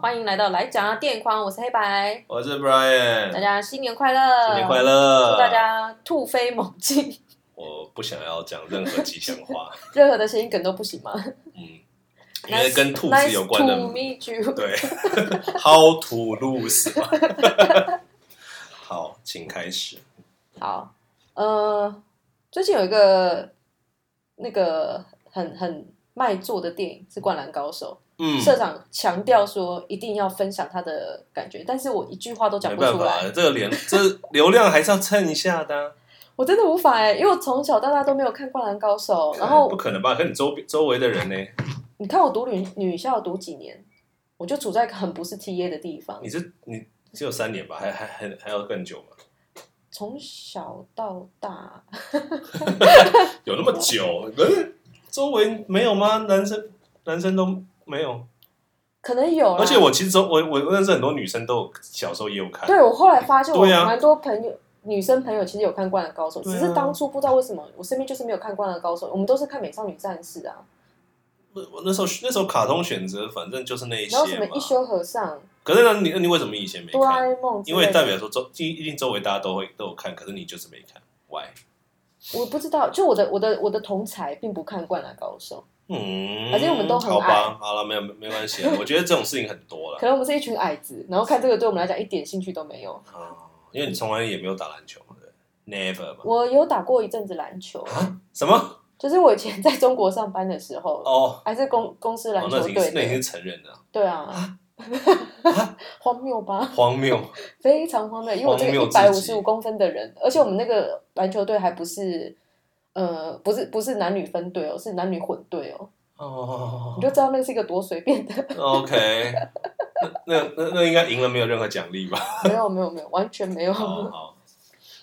欢迎来到来讲啊电框，我是黑白，我是大 Brian，家新年快乐，新年快，乐！呃祝大家突飞猛进， 我不想要讲任何吉祥话，任何的谐音梗都不行吗？嗯， 因为跟兔子有关 Nice to 的， meet you，对 ，How to lose 嘛。 好，请开始。好，呃，最近有一个那个很很卖座的电影是《灌篮高手》，嗯，社长强调说一定要分享他的感觉，但是我一句话都讲没不办出法来，，这个脸， 这流量还是要蹭一下的啊、我真的无法哎、因为我从小到大都没有看《灌篮高手》，然哎不后可能吧？跟你周边周围的人呢？你看我读女女校读几年，我就处在一个很不是 T A 的地方你，是你只有三年吧？还还还还要更久吗？从小到大，有那么久？可是周围没有吗？男生男生都没有。可能有啦，而且我其实周我我认识很多女生都有小时候也有看，对我后来发现，我对啊蛮多朋友、女生朋友其实有看《灌篮高手》，对只啊是当初不知道为什么，我身边就是没有看《灌篮高手》，我们都是看《美少女战士》啊，我我那时候那时候卡通选择反正就是那一然后什些么嘛一。啊休和尚、可是呢，你你为什么以前没哆啦看？ A 梦之因类的，为代表说周一一定周围大家都会都有看，可是你就是没看，why？我不知道，就我的我的我的同才并不看《灌篮高手嗯，还是我们都很好吧，好了，没有没没关系 啊，我觉得这种事情很多》，可了能我们是一群矮子，然后看这个对我们来讲一点兴趣都没有。啊，因为你从来也没有打篮球嘛，对不对，never 嘛，我有打过一阵子篮球，什么？就是我以前在中国上班的时候，啊哦，还是公公司篮哦，那球已经队是那已经啊的，是成人了，对啊， 荒谬吧？荒谬，非常荒谬，因为我这个荒一谬百五至十极五公分的人，而且我们那个篮球队还不是，呃，不是不是男女分队哦，是男女混队哦，哦你就知道那是一个多随便的， ，OK，那那那那应该赢了没有任何奖励吧？没有没有没有，完全没有，好好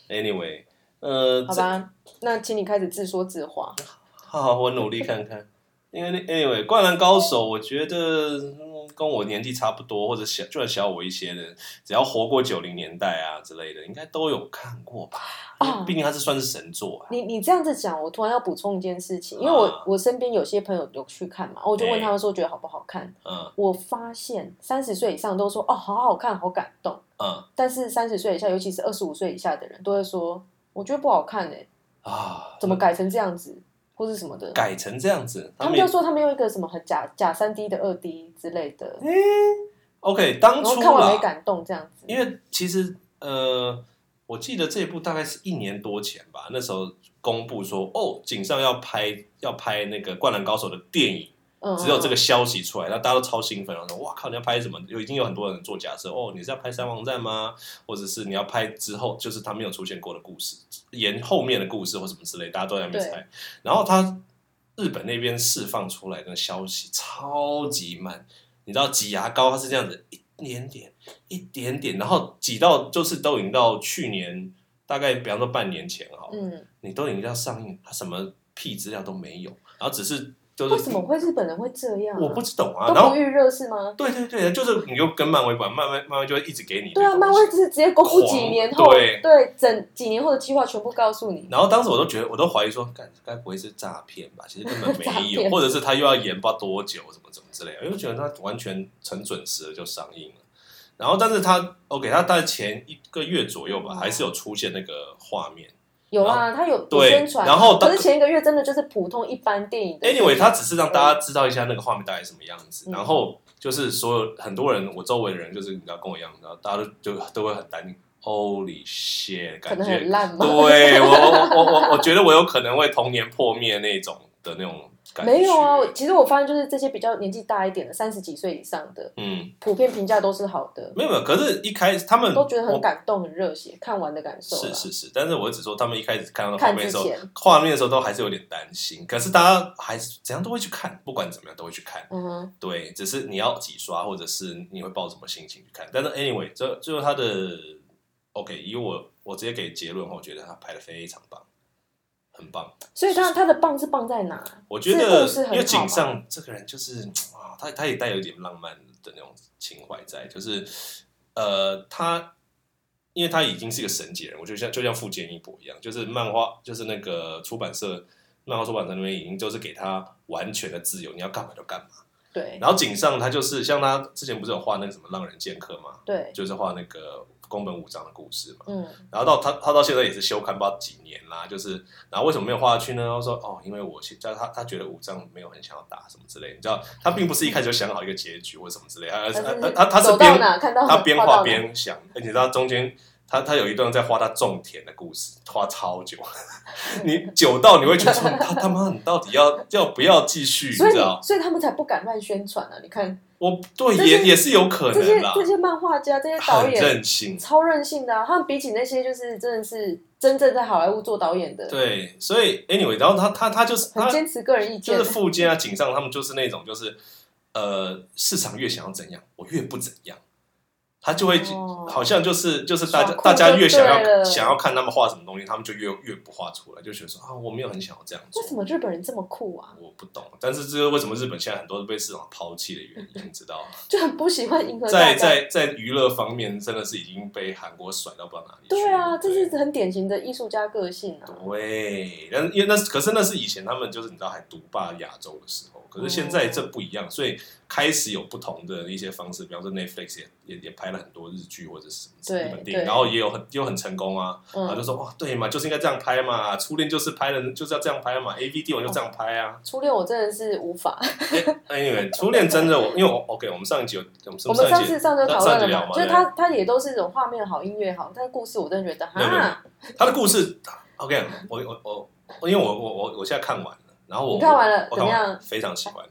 ，Anyway，呃，好这吧，那请你开始自说自 话，好好，我努力看看。因为那 Anyway，《灌篮高手》我觉得、嗯跟我年纪差不多，或者小就算小我一些的，只要活过九零年代啊之类的，应该都有看过吧。因为啊毕竟它是算是神作、啊。你你这样子讲，我突然要补充一件事情，因为我、啊我身边有些朋友有去看嘛，我就问哎他们说觉得好不好看，嗯我发现三十岁以上都说哦好好看，好感动，嗯但是三十岁以下，尤其是二十五岁以下的人，都会说我觉得不好看哎、啊，怎么改成这样子，或是什么的。改成这样子？他们就说他们用一个什么很假假三 D 的二 D 之类的，诶 OK，当然初后看完没啦，感动这样子。因为其实呃，我记得这一部大概是一年多前吧，那时候公布说哦，井上要拍要拍那个《灌篮高手》的电影，嗯只有这个消息出来，那大家都超兴奋，然后说哇靠，你要拍什么？有已经有很多人做假设哦，你是要拍三王战吗？或者是你要拍之后就是他没有出现过的故事，延后面的故事或什么之类，大家都在那边对猜。然后他日本那边释放出来的消息超级慢，你知道挤牙膏它是这样子一点点一点点，然后挤到就是都已经到去年大概比方说半年前哈，嗯，你都已经要上映，它什么屁资料都没有，然后只是就是为什么会日本人会这样啊、我不懂啊，然都后不预热是吗？对对对，就是你就跟漫威玩，漫威漫威就会一直给你。对啊，漫威。只是直接公布几年后，狂对整几年后的计划全部告诉你。然后当时我都觉得，我都怀疑说，干该不会是诈骗吧？其实根本 诈没有，骗或者是他又要延不知道多久，怎么怎么之类的，我就觉得他完全很准时的就上映了。然后，但是他 OK，他大概前一个月左右吧，哦还是有出现那个画面。有啊，他有有对宣传啊，然后可当是前一个月真的就是普通一般电影的宣传。 Anyway，他只是让大家知道一下那个画面大概什么样子，嗯然后就是所有很多人，我周围的人就是你知道跟我一样，然后大家都就都会很担心，Holy shit，可感能觉很 烂嘛。对我我我我我觉得我有可能会童年破灭那种的那种感觉。没有啊，我其实我发现就是这些比较年纪大一点的，三十几岁以上的，嗯，普遍评价都是好的，没有没有。可是，一开始他们都觉得很嗯我感动、很热血，看完的感受啦。是是是，但是我只说他们一开始看到那画看面之的时候，前，画面的时候都还是哦有点担心。可是大家还是怎样都会去看，不管怎么样都会去看。嗯哼，对，只是你要几刷，或者是你会抱什么心情去看。但是 anyway，这就是他的 OK。以我我直接给结论后，我觉得他拍的非常棒，很棒。所以他他的棒是棒在哪？啊我觉这得故事很好，吧因为井上这个人就是啊，他他也带有一点浪漫的那种情怀在，就是呃，他因为他已经是一个神级人，我就像就像富坚义博一样，就是漫画，就是那个出版社漫画出版社那边已经就是给他完全的自由，你要干嘛就干嘛。对然后井上他就是像他之前不是有画那个什么浪人剑客嘛，对，就是画那个宫本武藏的故事嘛。嗯然后到他他到现在也是休刊不知道几年啦，就是然后为什么没有画下去呢？他说哦，因为我现在他他觉得武藏没有很想要打什么之类的，你知道他并不是一开始就想好一个结局或什么之类的，他但他他他是走到边哪看到他边画画到边想，哎而且他中间他他有一段在画他种田的故事，画超久， 你久到你会觉得说他他妈你到底要要不要继续？哪，你所以知你道？所以他们才不敢乱宣传啊！你看我对这也些也是有可这些能啦，这些漫画家、这些导很演任性。超任性的啊！他们比起那些就是真的是真正在好莱坞做导演的，对，所以 anyway，然后他他他就是很他坚持个人意就见是，富坚啊、井上他们就是那种就是呃，市场越想要怎样，我越不怎样，他就会、哦好像就是就是大家爽快大家越想就对要了想要看他们画什么东西，他们就越越不画出来，就觉得说啊，我没有很想要这样做为。什么日本人这么酷啊？我不懂，但是这是为什么日本现在很多都被市场抛弃的原因，你知道吗？就很不喜欢迎合大在家。在在娱乐方面，真的是已经被韩国甩到不知道哪里去了。对啊，这对是很典型的艺术家个性啊。对，但是因为那是可是那是以前他们就是你知道还独霸亚洲的时候，可是现在哦这不一样，所以开始有不同的一些方式，比方说 Netflix 也也也拍了很多日剧或者是什么对日本电影，对然后也有很也有很成功啊，然后就嗯，说哇对嘛，就是应该这样拍嘛，初恋就是拍的就是要这样拍嘛，A V 帝王就这样拍啊。初恋我真的是无法。 那因为初恋真的我因为我 OK，我们上一集有我们是哦 我不们是上上一集次上周讨上论次了聊嘛，嘛，就是对它它也都是一种画面好、音乐好，但故事我真的觉得没有没有哈，他的故事，OK，我我我我因为我我我我现在看完了，然后我你看完了我怎么看完样非常喜欢。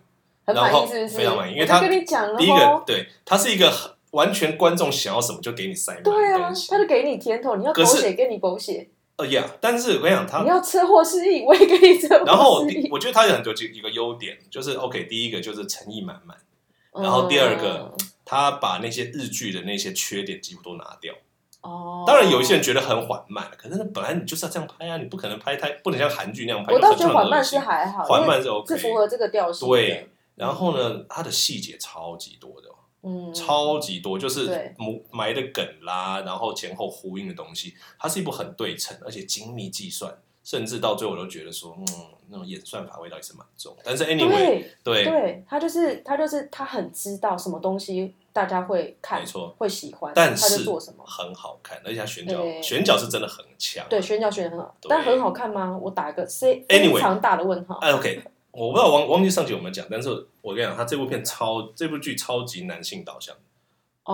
很然满后意是不是？非常满意因为我就它跟你讲了第一个哦，对，它是一个很完全观众想要什么就给你塞满对的啊东，西他。就给你甜头，你要可狗是血给你狗血，呃呀，但是我跟你讲，它你要车祸失忆我也给你车然后祸失第忆。我觉得它有很多一个优点，就是 OK，第一个就是诚意满满，然后第二嗯个它把那些日剧的那些缺点几乎都拿掉。嗯哦，当然，有一些人觉得很缓慢，可是本来你就是要这样拍啊，你不可能拍太不能像韩剧那样拍，我就倒很觉得缓慢是很恶心还好，缓因为慢是 OK，是符合这个调性的。对然后呢，它的细节超级多的哦。嗯，超级多，就是对埋埋的梗啦，然后前后呼应的东西，它是一部很对称，而且精密计算，甚至到最后我都觉得说，嗯，那种演算法味道也是蛮重。但是 anyway，对对，对，他就是他就是他很知道什么东西大家会看没，错，会喜欢，但他就是做什么。很好看，而且它选角对选角是真的很强。啊对，宣教学得很好对，但很好看吗？我打个非 Anyway 非常大的问号。哎，OK，我不知道忘忘记上集有没有讲，但是我跟你讲，他这部片超这部剧超级男性导向。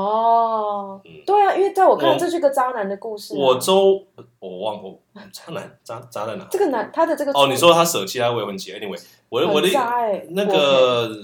哦嗯，对啊，因为在我看我来，这是个渣男的故事啊。我周我忘我渣男渣渣在哪这？个男他的这个哦，你说他舍弃他未婚妻？Anyway，我的我的很渣哎，那我个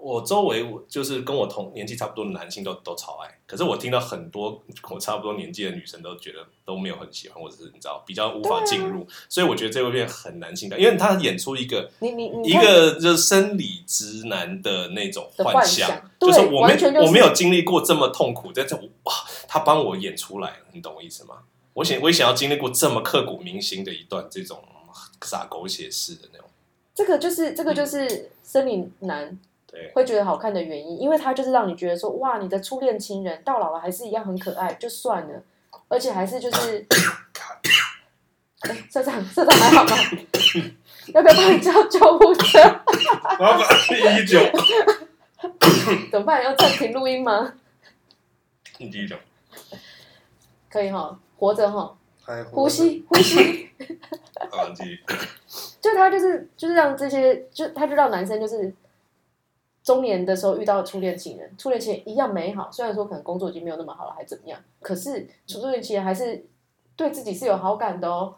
我周围我就是跟我同年纪差不多的男性都都超爱，可是我听到很多跟我差不多年纪的女生都觉得都没有很喜欢，或者是你知道比较无法进啊入，所以我觉得这部片很难性感，因为他演出一个你你你一看个就是生理直男的那种嗯的幻想，就对，是我没完全就是我没有经历过这么痛苦，但是我哇，他帮我演出来了，你懂我意思吗？我想我也想要经历过这么刻骨铭心的一段这种嗯撒狗血式的那种，这个就是这个就是森林男嗯对。会觉得好看的原因，因为他就是让你觉得说，哇，你的初恋情人到老了还是一样很可爱，就算了，而且还是 就是，哎、社长社长还好吗？ 要不要帮你叫救护车？ 老板啊一九，怎么办？要暂停录音吗？你继续讲。可以哈，活着哈，还呼吸呼 吸，啊，继续。就他就是就是让这些，就他就让男生就是中年的时候遇到初恋情人，初恋情人一样美好，虽然说可能工作已经没有那么好了，还怎么样，可是初恋情人还是对自己是有好感的哦。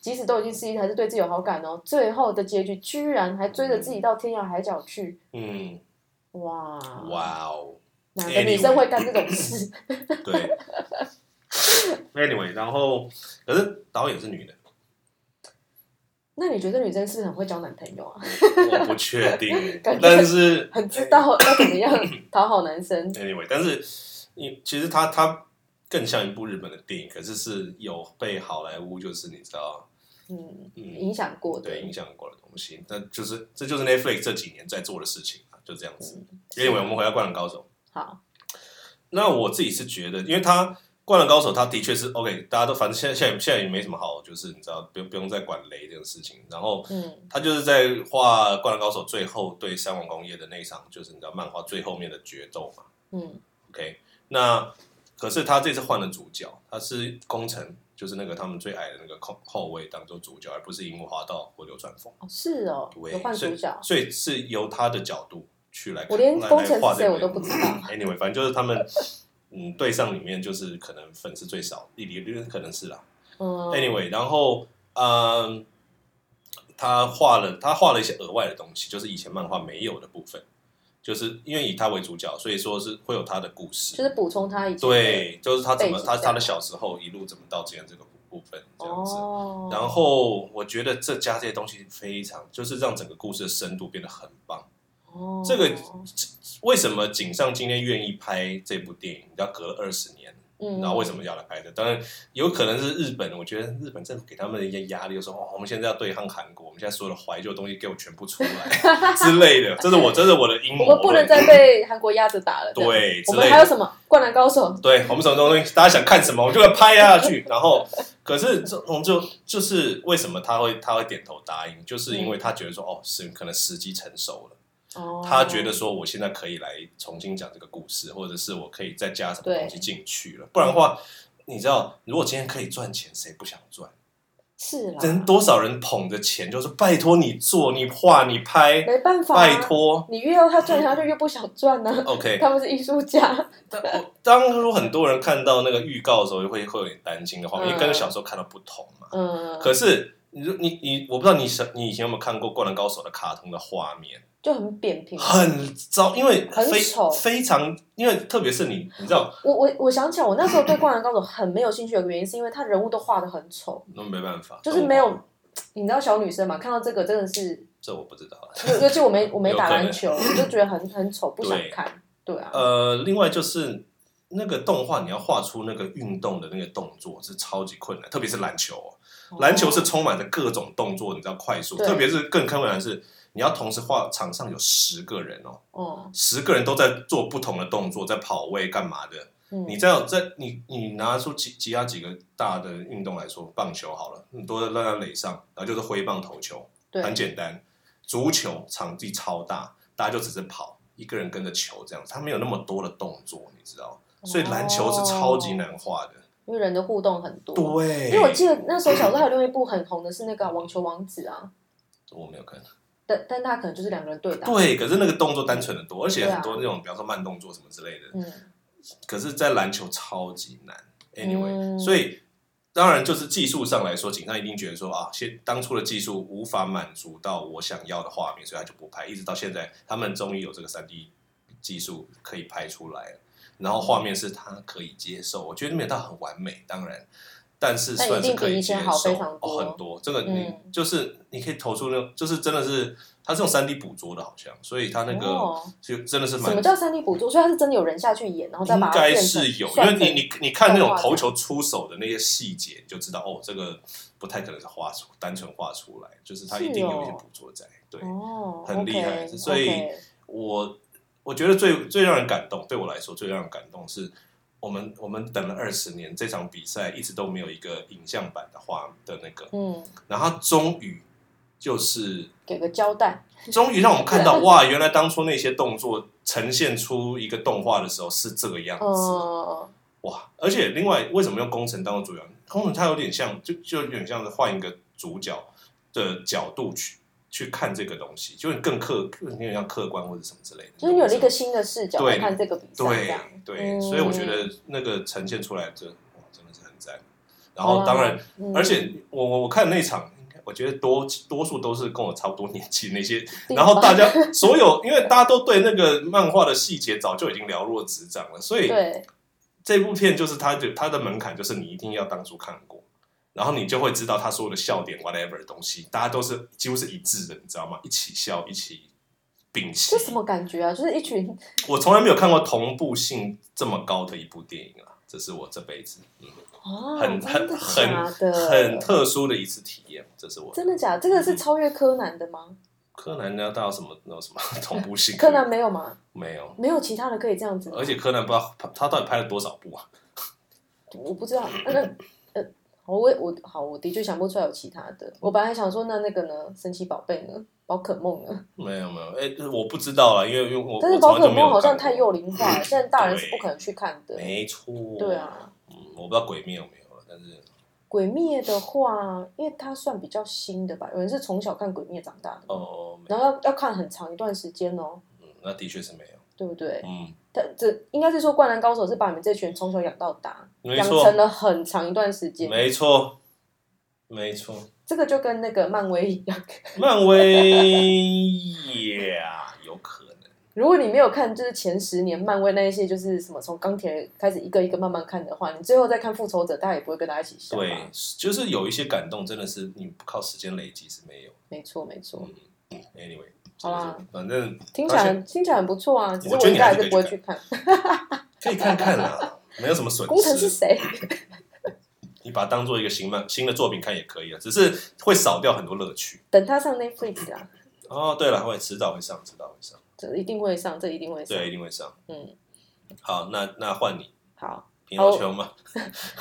即使都已经失忆，还是对自己有好感哦。最后的结局居然还追着自己到天涯海角去，嗯，哇！哇哦，哪个女生 Anyway 会干这种事？对。Anyway，然后可是导演是女的， 那你觉得女生是很会交男朋友啊？，我不确定 感觉但是很知道要怎么样讨好男生？ Anyway，但是你其实它它更像一部日本的电影，可是是有被好莱坞就是你知道，嗯，嗯，影响过的。对影响过的东西，那就是这就是 Netflix 这几年在做的事情啊，就这样子。Anyway，我们回到《灌篮高手》。好，那我自己是觉得，因为他灌篮高手》它的确是 OK，大家都反正现在现在现在也没什么好，就是你知道，不用不用再管雷这件事情。然后嗯他就是在画《灌篮高手》最后对三王工业的那一场，就是你知道漫画最后面的决斗嘛。嗯 OK，那可是他这次换了主角，他是宫城，就是那个他们最矮的那个后后卫当做主角，而不是樱木花道或流川枫。哦是哦，对，有换所主以角，所以是由他的角度去来看，我连来工程来画是这谁个我都不知道 Anyway，反正就是他们，嗯，对上里面就是可能粉丝最少，李李李可能是啦。嗯 Anyway，然后嗯，他画了他画了一些额外的东西，就是以前漫画没有的部分，就是因为以他为主角，所以说是会有他的故事。就是补充他以前的对，就是他怎么背景他这他样的小时候一路怎么到今天这个部分这样子。哦，然后我觉得这加这些东西非常，就是让整个故事的深度变得很棒。哦这个为什么井上今天愿意拍这部电影？你知道隔了二十年，嗯，然后为什么要来拍这？当然有可能是日本，我觉得日本政府给他们的一些压力，就说哦，我们现在要对抗韩国，我们现在所有的怀旧东西给我全部 出来之类的。这是我，这是我的阴谋嗯我论。们不能再被韩国压着打了？这样对我之们类还有的。什么《灌篮高手》？对我们什么东西，大家想看什么，我们就要拍下去。然后，可是这种就就是为什么他会他会点头答应，就是因为他觉得说，哦，是可能时机成熟了。哦，他觉得说我现在可以来重新讲这个故事，或者是我可以再加什么东西进去了。不然的话，你知道，如果今天可以赚钱，谁不想赚？是啦，人多少人捧着钱，就是拜托你做，你画，你拍，没办法，啊拜，托。你越要他赚，他就越不想赚呢。 OK，他们是艺术家，但 我当如果很多人看到那个预告的时候，会会有点担心的画面，因为嗯跟小时候看到不同嘛。嗯，可是你你你，我不知道你是你以前有没有看过《灌篮高手》的卡通的画面，就很扁平。很糟，因为很非丑非常，因为特别是你，你知道，我我我想起来，我那时候对《灌篮高手》很没有兴趣的原因，是因为他人物都画的很丑，那没办法，就是没哦有。你知道小女生嘛？看到这个真的是，这我不知道。 尤尤其我没我没有打可能篮球，我就觉得很很丑，不想对看。对啊，呃，另外就是那个动画，你要画出那个运动的那个动作是超级困难，特别是篮球、哦，篮球是充满着各种动作，你知道快速，对特别是更困难的是你要同时画场上有十个人哦，哦，十个人都在做不同的动作，在跑位干嘛的。嗯你这样在你你拿出其其他几个大的运动来说，棒球好了，你多让它垒上，然后就是挥棒投球，对很简单。足球场地超大，大家就只是跑，一个人跟着球这样子，他没有那么多的动作，你知道，所以篮球是超级难画的。因为人的互动很多。对，哦因为我记得那时候小时候还有另外一部很红的是那个啊《网球王子》啊，我没有看。但但他可能就是两个人对打。，对，可是那个动作单纯的多，而且对啊很多那种，比方说慢动作什么之类的，嗯，可是，在篮球超级难。Anyway，、嗯所以当然就是技术上来说，井上一定觉得说啊，现当初的技术无法满足到我想要的画面，所以他就不拍。一直到现在，他们终于有这个三 D 技术可以拍出来了，然后画面是他可以接受。我觉得没有到很完美，当然。但是但算一是定可比以以接前受，好非常哦、多很多。这个你、嗯就是你可以投出那种，就是真的是它是用三 D 捕捉的，好像，所以它那个哦就真的是蛮什么叫三 D 捕捉？所以他是真的有人下去演，然后再应把它该变成是有，因算为成你你你看那动种画投球出手的那些细节，你就知道哦，这个不太可能是画出单纯画出来，就是它一定有一些是哦捕捉在。对，哦，很厉害 OK，所以 OK 我我觉得最最让人感动，对我来说最让人感动是。我们我们等了二十年，这场比赛一直都没有一个影像版的画的那个，嗯，然后它终于 就是给个交代，终于让我们看 到，哇，原来当初那些动作呈现出一个动画的时候是这个样子。呃，哇！而且另外，为什么用工程当做主角？工程它有点像，就就有点像是换一个主角的角度去去看这个东西，就是更客，有点像客观或者什么之类的。就是你有了一个新的视角对来看这个比赛，这对样对，嗯所以我觉得那个呈现出来的哇，真的是很赞。然后当然，，嗯而且我我我看那场，应该我觉得多多数都是跟我差不多年纪那些地然后方大家所有，因为大家都对那个漫画的细节早就已经了若指掌了，所以对这部片就是它的它的门槛就是你一定要当初看过，然后你就会知道它所有的笑点 whatever 的东西，大家都是几乎是一致的，你知道吗？一起笑，一起屏息这。什么感觉啊？就是一群我从来没有看过同步性这么高的一部电影啊，这是我这辈子、嗯、啊，很真的很很假的？很嗯特殊的一次体验，这是我真的假的？这个是超越柯南的吗？柯南要到什么那种什么同步性？柯南没有吗？没有，没有其他的可以这样子吗？而且柯南不知道他到底拍了多少部啊？我不知道那个呃，好我也我好，我的确想不出来有其他的。我本来想说，那那个呢，神奇宝贝呢，宝可梦呢，没有没有，哎、我不知道啦，因为因为我但是我从宝来可就没有梦好像看过太幼龄 化了，现在大人是不对可能去看的。没错，对，啊，嗯，我不知道鬼灭有没有了，但是鬼灭的话，因为它算比较新的吧，有人是从小看鬼灭长大的，哦、没然后要要看很长一段时间哦，嗯，那的确是没有，对不对？嗯，但这应该是说，《灌篮高手》是把你们这群从小养到大，没养错成了很长一段时间。没错，没错，这个就跟那个漫威一样， 漫威 yeah, 有可能，如果你没有看就是前十年漫威那一些，就是什么从钢铁人开始一个一个慢慢看的话，你最后再看复仇者，大家也不会跟大家一起笑吧。对，就是有一些感动，真的是你不靠时间累积是没有。没错没错嗯，Anyway，好啦就是反正听起来听起来很不错啊，只是我觉得应你该还还是是不会可以去看。 可以看看啦，没有什么损工程是失。谁？你把它当做一个新漫新的作品看也可以啊，只是会少掉很多乐趣。等他上 Netflix 啊，哦，对了，会迟早会上，迟早会上，这一定会上，这一定会上。对，一定会上。嗯，好，那那换你好，皮诺丘嘛。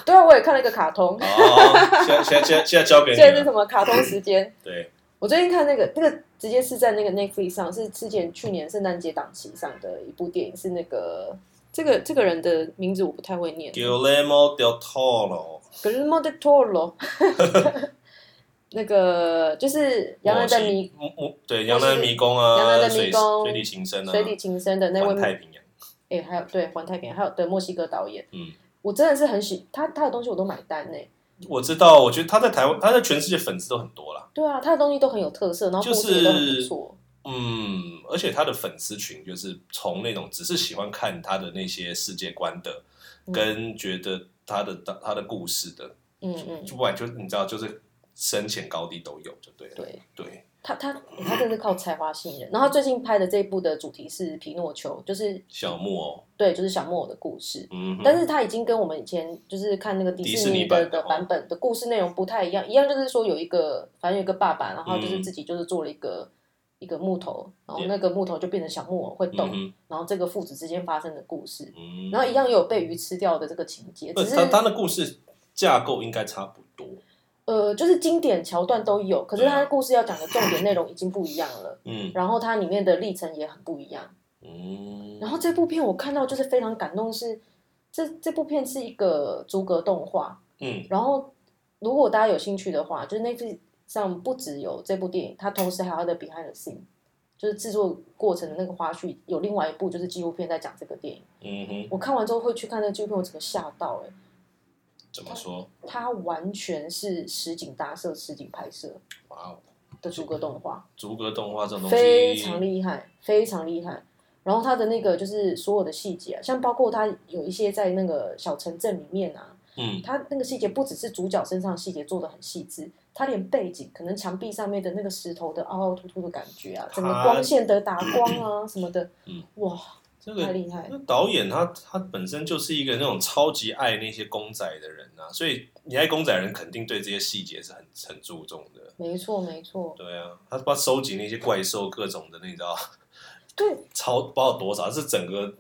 对啊，我也看了一个卡通，哦，现在现在现在现在交给现你在是了。什么卡通时间？对，我最近看那个那个直接是在那个 Netflix 上，是之前去年圣诞节档期上的一部电影，是那个这个这个人的名字我不太会念。 Guillermo del Toro，可是 m o d e Toro，那 个就是杨澜哦在迷墨西墨嗯对杨澜迷宫啊，杨澜的迷水宫水底情深啊，水底情深的那位环迷，太平洋，哎、还有对环太平洋，还有对墨西哥导演，嗯，我真的是很喜他他的东西，我都买单呢、我知道，我觉得他在台湾，他在全世界粉丝都很多啦。对啊，他的东西都很有特色，然后故事也都很不错。嗯，而且他的粉丝群就是从那种只是喜欢看他的那些世界观的，嗯跟觉得他的他的故事的，嗯嗯，就不管就是你知道，就是深浅高低都有，就对了。对对，他他他真的是靠才华吸引人。然后他最近拍的这一部的主题是皮诺丘，就是小木偶，对，就是小木偶的故事。嗯哼，但是他已经跟我们以前就是看那个迪士尼的迪士尼版的的哦版本的故事内容不太一样，一样就是说有一个，反正有一个爸爸，然后就是嗯自己就是做了一个、一个木头，然后 Yeah 那个木头就变成小木偶会动，嗯哼，然后这个父子之间发生的故事，嗯，然后一样也有被鱼吃掉的这个情节，不，只是他他的故事架构应该差不多，呃就是经典桥段都有，可是对啊他故事要讲的重点内容已经不一样了，嗯然后它里面的历程也很不一样。嗯，然后这部片我看到就是非常感动是，这这部片是一个逐格动画，嗯然后，如果大家有兴趣的话，就是 Netflix 上不只有这部电影，它同时还有它的 Behind the Scene，就是制作过程的那个花絮，有另外一部就是纪录片在讲这个电影。嗯哼，我看完之后会去看那个纪录片，我整个吓到哎、怎么说？它完全是实景搭设、实景拍摄哇哦，的逐格动画，逐格动画这种东西非常厉害，非常厉害。然后它的那个就是所有的细节、啊，像包括它有一些在那个小城镇里面啊，嗯他那个细节不只是主角身上的细节做的很细致，他连背景可能墙壁上面的那个石头的凹凹凸凸的感觉啊，整个他光线的打光啊什么的，嗯哇，这个太厉害！那导演他他本身就是一个那种超级爱那些公仔的人呐、所以你爱公仔的人肯定对这些细节是很很注重的。没错没错，对啊，他把收集那些怪兽各种的，你知道， 对，超不知道多少，是整个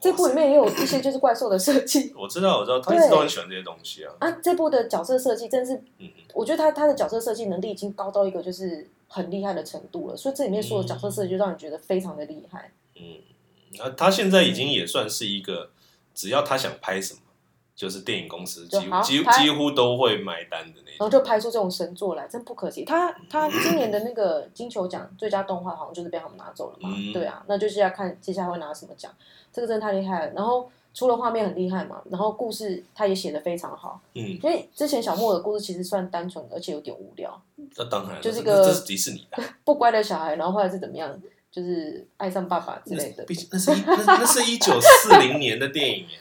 这部里面也有一些就是怪兽的设计我知道我知道，他一直都很喜欢这些东西啊。啊，这部的角色设计真是嗯哼，我觉得他他的角色设计能力已经高到一个就是很厉害的程度了，所以这里面所有角色设计就让你觉得非常的厉害，嗯，那他现在已经也算是一个，只要他想拍什么，就是电影公司几就乎好几乎拍几乎都会买单的那然后种。就拍出这种神作来，真不可惜。他他今年的那个金球奖最佳动画好像就是被他们拿走了嘛，嗯对啊，那就是要看接下来会拿什么奖，这个真的太厉害了。然后除了画面很厉害嘛，然后故事他也写的非常好，嗯，因为之前小莫的故事其实算单纯，而且有点无聊，那当然了，就是这个这是迪士尼的啊。不乖的小孩，然后后来是怎么样，就是爱上爸爸之那类是的。毕竟那是一那那是一九四零年的电影耶，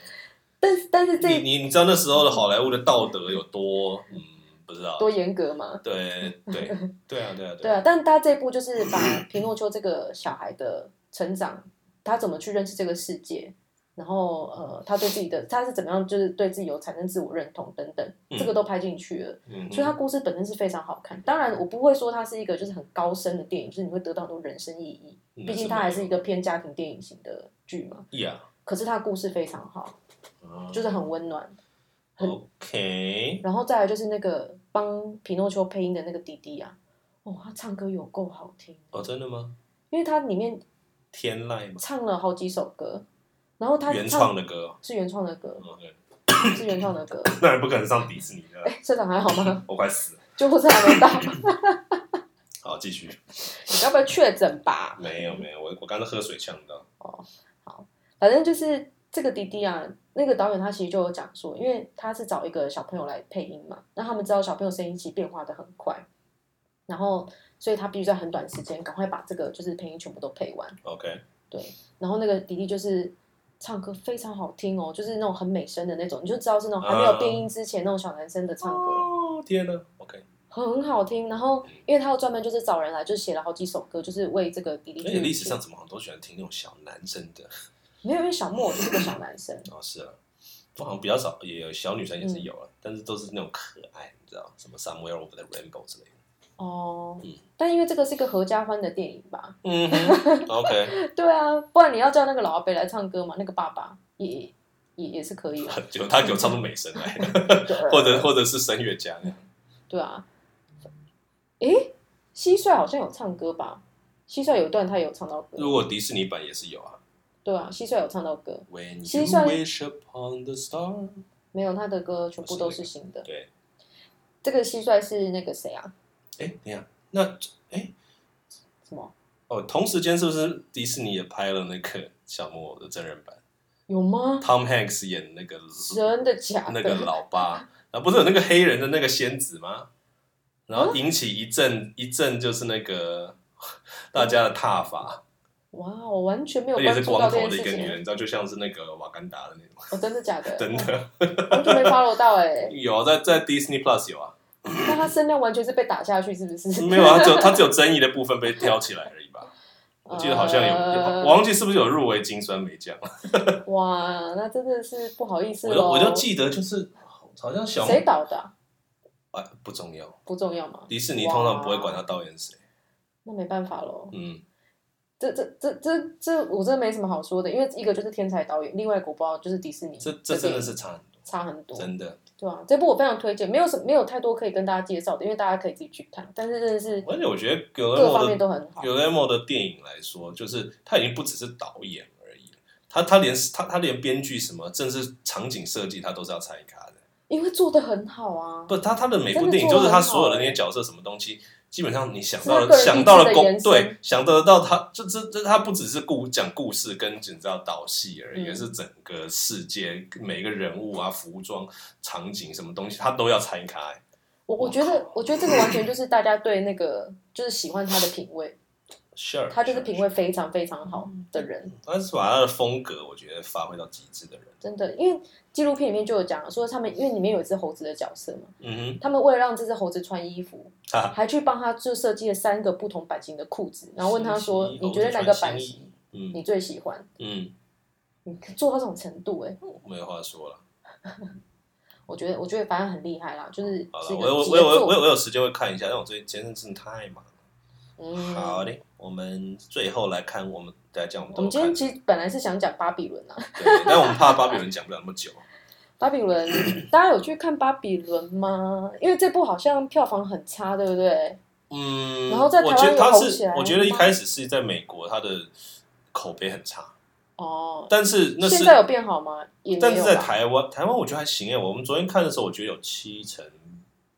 但是但是你 这你你知道那时候的好莱坞的道德有多嗯不知道，多严格嘛，对 对对啊对啊对对啊，啊，但他这一部就是把 皮诺丘这个小孩的成长，他怎么去认识这个世界，然后呃，他对自己的他是怎么样，就是对自己有产生自我认同等等，这个都拍进去了。嗯所以他哼，故事本身是非常好看。当然，我不会说它是一个就是很高深的电影，就是你会得到很多人生意义。嗯毕竟它还是一个偏家庭电影型的剧嘛。呀，可是它故事非常好，就是很温暖， OK，然后再来就是那个帮匹诺丘配音的那个弟弟啊，哇、他唱歌有够好听，哦，真的吗？因为他里面天籁吗？唱了好几首歌，然后他原唱创的歌哦是原创的歌， ，OK， 是原创的歌。 那也不可能上迪士尼的，啊哎，社长还好吗？我快死了。救护车还没到，好，继续。 要不要确诊吧？没有没有，我我刚刚喝水呛到。反正就是这个弟弟啊，那个导演他其实就有讲说，因为他是找一个小朋友来配音嘛，那他们知道小朋友声音其实变化的很快，然后所以他必须在很短时间赶快把这个就是配音全部都配完。 OK，然后那个弟弟就是唱歌非常好听哦，就是那种很美声的那种，你就知道是那种还嗯没有变音之前那种小男生的唱歌。哦天哪，OK，很好听，然后因为他有专门就是找人来，就写了好几首歌，就是为这个弟弟而去且哎历史上怎么好像都喜欢听那种小男生的，没有，因为小莫就是个小男生，哦是啊，我好像比较少，也有小女生也是有了，啊但是都是那种可爱，你知道，什么 Somewhere Over the Rainbow 之类的。哦，嗯但因为这个是一个合家欢的电影吧？ 嗯哼 ，OK，对啊，不然你要叫那个老阿伯来唱歌嘛，那个爸爸也也也是可以 的，啊就他给我唱出美声来，或者或者是声乐家那样。对啊，诶，蟋蟀好像有唱歌吧？蟋蟀有一段他有唱到歌，如果迪士尼版也是有啊。对啊，蟋蟀有唱到歌， When 蟋 you 蟀 wish upon the star，没有他的歌全部都是是那个新的。对，这个蟋蟀是那个谁啊？哎，等一下，那哎什么？哦，同时间是不是迪士尼也拍了那个小木偶的真人版有吗？ ？Tom Hanks 演那个真的假的？那个老八，然后不是有那个黑人的那个仙子吗？然后引起一阵一阵就是那个 大家的挞伐，哇，哦我完全没有而且关是注光到这头件的一事个女人，情。你知道，就像是那个瓦干达的那种，哦，真的假的？ 真的哇，完全没 follow 到哎、有啊在在 Disney Plus 有 啊，那他声量完全是被打下去，是不是？ 没有啊，它只有它只有争议的部分被挑起来而已吧。我记得好像有，呃我忘记是不是有入围金酸梅奖。 啊哇，那真的是不好意思我就喽。我就记得就是好像小谁导的啊、哎不重要，不重要嘛，迪士尼通常不会管他导演谁。那没办法喽。嗯，这这这这这，我真的没什么好说的，因为一个就是天才导演，另外一个我不知道就是迪士尼，这这真的是差很多，差很多，真的。对啊，这部我非常推荐，没有什没有太多可以跟大家介绍的，因为大家可以自己去看，但是真的是而且我觉得格雷各莫方的面都很好。有 l e m o 的电影来说，就是他已经不只是导演而已了，他他连他他连编剧什么，甚至场景设计，他都是要参与他的。因为做的很好啊，不，他他的每部真的电影做就得是他很好所有的欸那些角色什么东西，基本上你想是到他了个人意想志到了的公延对伸想得到他这这这他不只是故讲故事跟你知道导戏而已，嗯而是整个世界每个人物啊、服装、场景什么东西，他都要参与欸开、我我觉得我觉得这个完全就是大家对那个就是喜欢他的品味， Sure，他就是 sure，品味非常非常好的人，他是把他的风格我觉得发挥到极致的人。真的。因为纪录片里面就有讲说，他们因为里面有一只猴子的角色嘛，嗯他们为了让这只猴子穿衣服，哼，哈哈还去帮他就设计了三个不同版型的裤子，然后问他说新衣：“你觉得哪个版？型猴子哦穿新衣你最喜欢嗯？”你做到这种程度、哎，嗯，没有话说了。我觉得我觉得反正很厉害啦，就是好是了，一我有个我杰我有我有我作。有我有时间会看一下，但我最近今天真的太忙了。嗯，好的，我们最后来看，我们来讲我们我都们今看天，其实本来是想讲巴比伦啊，对，但我们怕巴比伦讲不了那么久。巴比 伦，大家有去看巴比伦吗？因为这部好像票房很差，对不对？嗯，然后在台我湾觉得有他红是起来，我觉得一吗开始是在美国，他的口碑很差，哦，但是那现是，在有变好吗？也但没是有在吧。台湾，台湾我觉得还行哎。我们昨天看的时候，我觉得有七成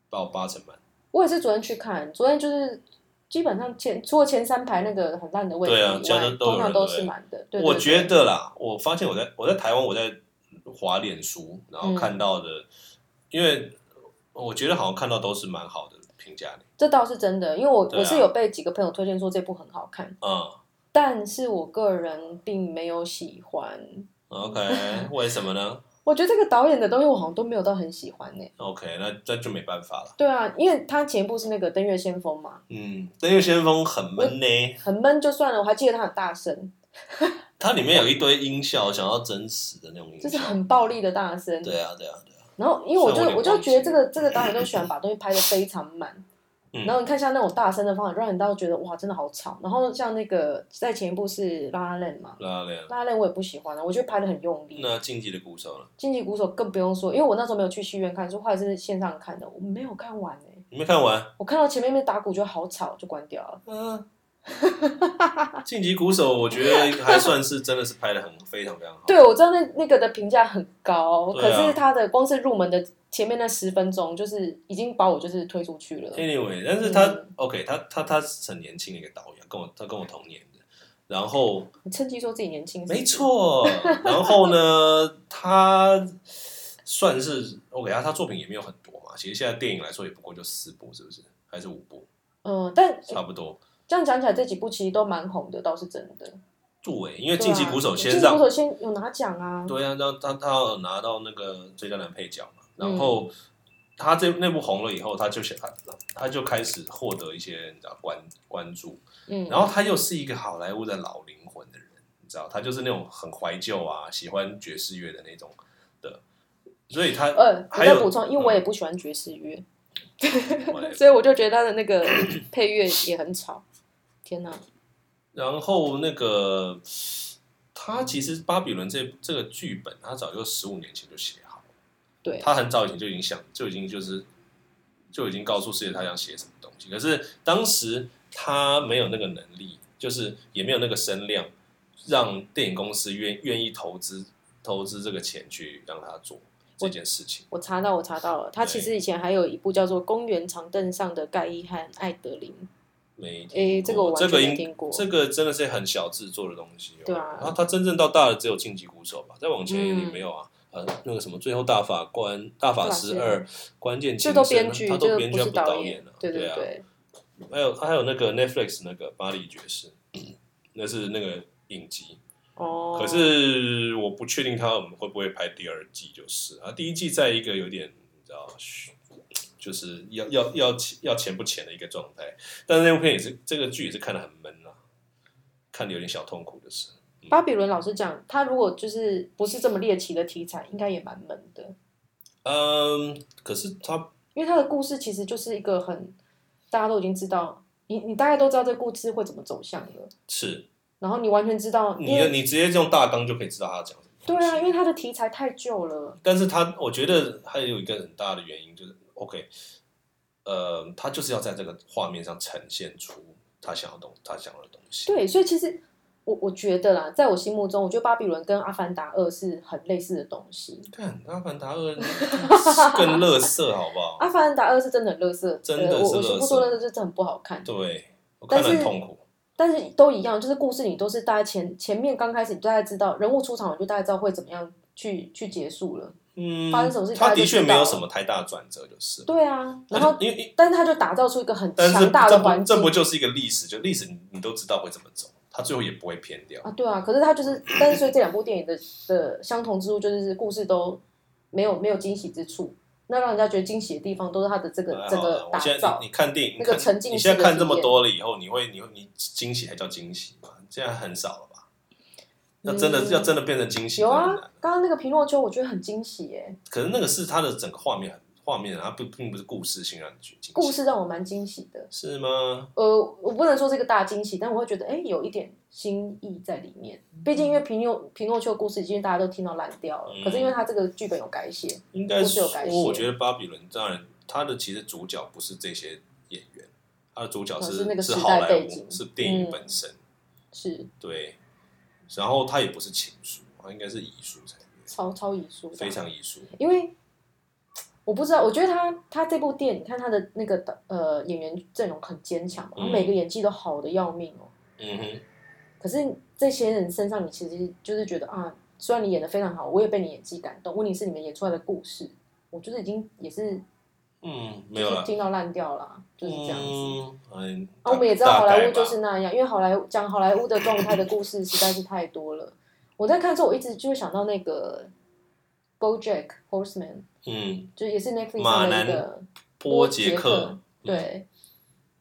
到八成满。我也是昨天去看，昨天就是基本上前除了前三排那个很烂的位置对啊以这外，样都有通常人都对不对是满的。对，我对觉，对得啦，我发现我在我在台湾，我在滑脸书，然后嗯看到的，因为我觉得好像看到都是蛮好的评价的，这倒是真的，因为我对啊我是有被几个朋友推荐说这部很好看，嗯。但是我个人并没有喜欢。 OK，为什么呢我觉得这个导演的东西我好像都没有到很喜欢呢、 ？OK，那那就没办法了。对啊，因为他前一部是那个《登月先锋》嘛，嗯，《登月先锋》很闷呢、很闷就算了，我还记得他很大声，它里面有一堆音效，想要真实的那种音就效。是很暴力的大声。对啊，对啊，对啊。然后因为我虽就然我有点我就忘记觉得这个这个导演就喜欢把东西拍的非常满，嗯然后你看像那种大声的方法，让你到觉得哇，真的好吵。然后像那个在前一部是拉链嘛，拉链。拉链我也不喜欢啊，我觉得拍的很用力。啊那竞技的鼓手呢？经济鼓手更不用说，因为我那时候没有去戏院看，就后来是线上看的，我没有看完哎、你没看完？我看到前面那边打鼓就好吵，就关掉了。 嗯、晋级鼓手，我觉得还算是真的是拍的很非常非常好。对，我知道那那个的评价很高，对可啊是它的光是入门的前面那十分钟，就是已经把我就是推出去了。 Anyway，但是他、嗯 OK，他他他是很年轻的一个导演，跟我他跟我同年的。然后你趁机说自己年轻，没，错，然后呢，他算是 OK，他他啊作品也没有很多嘛。其实现在电影来说，也不过就四部，是不是？还是五部，嗯，但差不多。这样讲起来，这几部其实都蛮红的，倒是真的。对，因为晋级鼓手对先啊晋级让鼓手先有拿奖啊，对啊，让他他要拿到那个最佳男配角嘛，嗯然后、他这那部红了以后，他就想他他就开始获得一些你知道关关注，嗯，然后他又是一个好莱坞的老灵魂的人，你知道，他就是那种很怀旧啊，喜欢爵士乐的那种的，所以他呃，我还再有补充，因为我也不喜欢爵士乐， whatever 所以我就觉得他的那个 配乐也很吵。天哪，然后那个他其实《巴比伦这》这个剧本，他早就十五年前就写好了。对他很早以前就已经想，就已经就是就已经告诉世界他想写什么东西，可是当时他没有那个能力，就是也没有那个声量，让电影公司愿愿意投资投资这个钱去让他做这件事情。我查到，我查到了，他其实以前还有一部叫做《公园长凳上的盖伊和艾德琳》，没诶，哦这这个我完个全没应听过。这个真的是很小制作的东西、哦。对啊然后他真正到大的只有晋级鼓手吧，再往前也嗯没有啊。呃，那个什么，最后大法官、大法师大二、关键这情都深，编剧，啊他这都个编不剧，他是不导演了。。对对啊，对，还有还有那个 Netflix 那个《巴黎爵士》，那是那个影集，哦。可是我不确定他们会不会拍第二季，就是啊，第一季在一个有点你知道，嘘就是要要要钱要钱不钱的一个状态。但是那部片也是这个剧也是看得很闷啊，看得有点小痛苦的事。巴比伦老师讲，他如果就是不是这么猎奇的题材，应该也蛮闷的，嗯，可是他因为他的故事其实就是一个很大家都已经知道，你你大概都知道这故事会怎么走向了，是然后你完全知道，你因的为你直接用大纲就可以知道他要讲什么。对啊，因为他的题材太旧了，但是他我觉得还有一个很大的原因就是，OK，呃，他就是要在这个画面上呈现出他想要东他想要的东西。对，所以其实我我觉得啦，在我心目中，我觉得《巴比伦》跟《阿凡达二》是很类似的东西，看《阿凡达二》 更乐色，好不《阿好？凡达二》是真的很垃圾，真的呃我我是垃圾全部说垃圾就是很不好看，对，我看得很痛苦。但是都一样，就是故事你都是大家前前面刚开始你大概知道人物出场，你就大概知道会怎么样去去结束了，嗯发生什么事他大的确家就知道没有什么太大转折，就是。对啊，然后 而且因为，但是他就打造出一个很但是强大这的不环这境不就是一个历史？就历史你你都知道会怎么走，他最后也不会偏掉。啊，对啊，可是他就是，但是所以这两部电影的的相同之处就是故事都没有没有惊喜之处，那让人家觉得惊喜的地方都是他的这个还整好个啦哎啊我打现在造你，你看电影，那个你看沉浸式你现在的看这么体验多了以后，你会你会你惊喜还叫惊喜吗？现在很少了吧？要真的、嗯要真的变成惊喜，有真啊的很难，刚刚那个皮诺丘我觉得很惊喜耶、可是那个是它的整个画面画面啊，它不并不是故事性让你去惊喜。故事让我蛮惊喜的。是吗？呃，我不能说是一个大惊喜，但我会觉得，哎、有一点新意在里面。毕竟因为皮诺皮诺丘的故事已经大家都听到烂掉了，嗯可是因为他这个剧本有改写，应该故事说有改，写我觉得《巴比伦》当然它的其实主角不是这些演员，它的主角哦是那个时代好莱背景坞，是电影嗯本身。是对，然后它也不是情书，它应该是遗书才对，超超艺术的，非常遗书。因为我不知道，我觉得他他这部电影，你看他的那个呃演员阵容很坚强嘛，嗯每个演技都好的要命哦。嗯哼。可是这些人身上，你其实就是觉得啊，虽然你演的非常好，我也被你演技感动，问题是你们演出来的故事，我就是已经也是嗯，没就有是了，听到烂掉了啊，就是这样子。嗯嗯，啊，我们也知道大好莱概坞吧就是那样，因为好莱坞讲好莱坞的状态的故事实在是太多了。我在看的时候，我一直就会想到那个《BoJack Horseman》，嗯，就也是 Netflix 马上的一男个波杰杰克，对，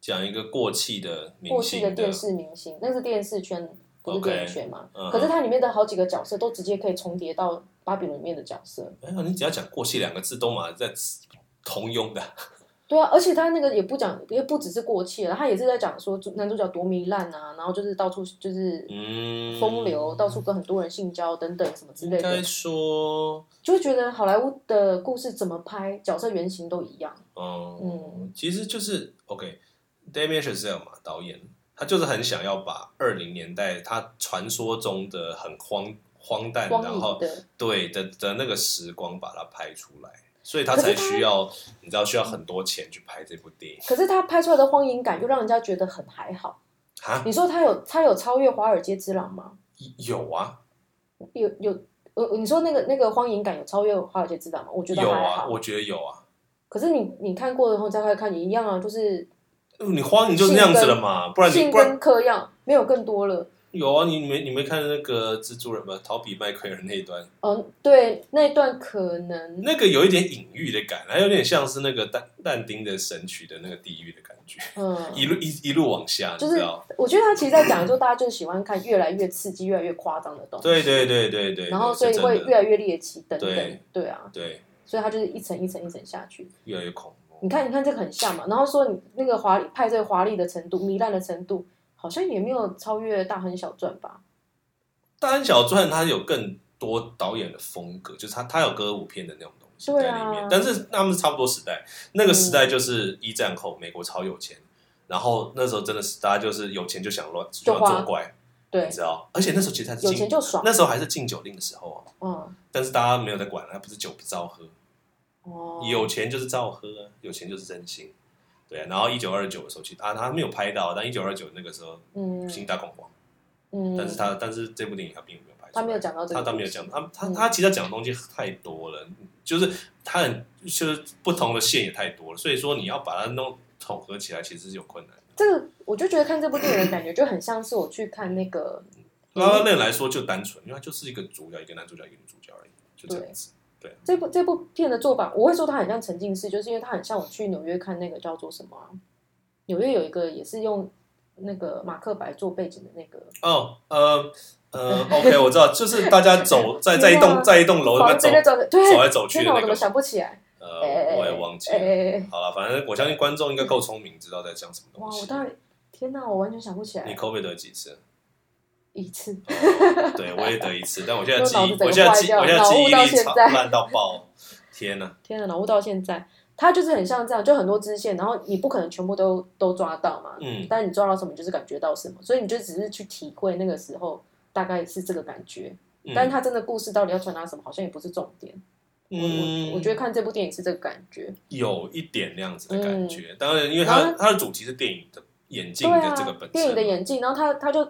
讲一个过气的明过去星的电视明星，那是电视圈，不是 OK，电影圈嘛嗯哼可是它里面的好几个角色都直接可以重叠到哎巴比伦里面的角色。没有，你只要讲“过气”两个字，都嘛在同用的。对啊，而且他那个也不讲，也不只是过气了，他也是在讲说主男主角多糜烂啊，然后就是到处就是嗯，风流，到处跟很多人性交等等什么之应类该的，说，就会觉得好莱坞的故事怎么拍，角色原型都一样。嗯嗯，其实就是 OK，Damien Chazelle 嘛，导演，他就是很想要把二零年代他传说中的很荒荒诞，光然影后的，对的的那个时光把它拍出来，所以他可是才他需要，你知道需要很多钱去拍这部电影可是他拍出来的荒淫感又让人家觉得很还好。啊，你说他有他有超越《华尔街之狼》吗？有啊，有有，呃，你说那个那个荒淫感有超越《华尔街之狼》吗？我觉得有还啊，好。我觉得有啊，可是你你看过了后再看，你一样啊，就是你荒你就是那样子了嘛，不然你性不然跟嗑药没有更多了。有啊，你没你没看那个蜘蛛人吗？逃避麦奎尔那一段，嗯，对，那一段可能那个有一点隐喻的感，还有点像是那个但但丁的《神曲》的那个地狱的感觉，嗯，一路一一路往下，就你是知道？我觉得他其实在讲，就大家就是喜欢看越来越刺激、越来越夸张的东西，对对对对对，然后对所以是真会的越来越猎奇等等，对对啊，对所以他就是一层一层一层下去。越来越恐怖你，看，你看这个很像嘛，然后说你那个华丽派对华丽的程度、糜烂的程度，好像也没有超越《大亨小传》吧？ 《大安小传》它有更多导演的风格，就是它它有歌舞片的那种东西在对里啊嗯面，但是他们是差不多时代，那个时代就是一战后美国超有钱，然后那时候真的是大家就是有钱就想乱就乱花作怪，对你，知道？而且那时候其实还是有钱禁，就爽，那时候还是禁酒令的时候啊，嗯，但是大家没有在管了，不是酒不照喝。哦，有钱就是照喝啊，有钱就是真心。对啊，然后一九二九的时候去啊，他没有拍到，但一九二九那个时候嗯新大恐慌，嗯，但是他但是这部电影他并没有拍出他来，没有讲到这个他故事，他没有讲，他他嗯他其实讲的东西太多了，就是他很就是不同的线也太多了，所以说你要把它弄统合起来其实是有困难的。这个，我就觉得看这部电影的感觉就很像是我去看那个，嗯拉拉链来说就单纯，因为它就是一个主角，一个男主角，一个女主角而已，就这样子。这部这部片的做法，我会说它很像沉浸式，就是因为它很像我去纽约看那个叫做什么啊、纽约有一个也是用那个马克白做背景的那个哦，呃呃，OK，我知道，就是大家走在在一 天啊栋在一栋楼那房边走子那种的，对，走来走去天的哪，我那怎么个。想不起来？呃，哎我也忘记哎了。哎哎，好了，反正我相信观众应该够聪明，知道在讲什么哇东，我西。当然，哎天哪，我完全想不起你来 COVID 得几次？ 一次。哦对，我也得一次，但我现在记 我脑忆子，整个我现在记，坏掉我现在脑雾记忆到力现差在烂到爆。天哪！天哪，脑雾到现在，它就是很像这样，就很多支线，然后你不可能全部都都抓到嘛，嗯，但你抓到什么，你就是感觉到什么，所以你就只是去体会那个时候大概是这个感觉，嗯但是它真的故事到底要传达什么，好像也不是重点。我我我觉得看这部电影是这个感觉，嗯有一点那样子的感觉。当然，因为它嗯然后它的主题是电影的眼对镜的啊这个本，电影的身嘛，演技，然后他他就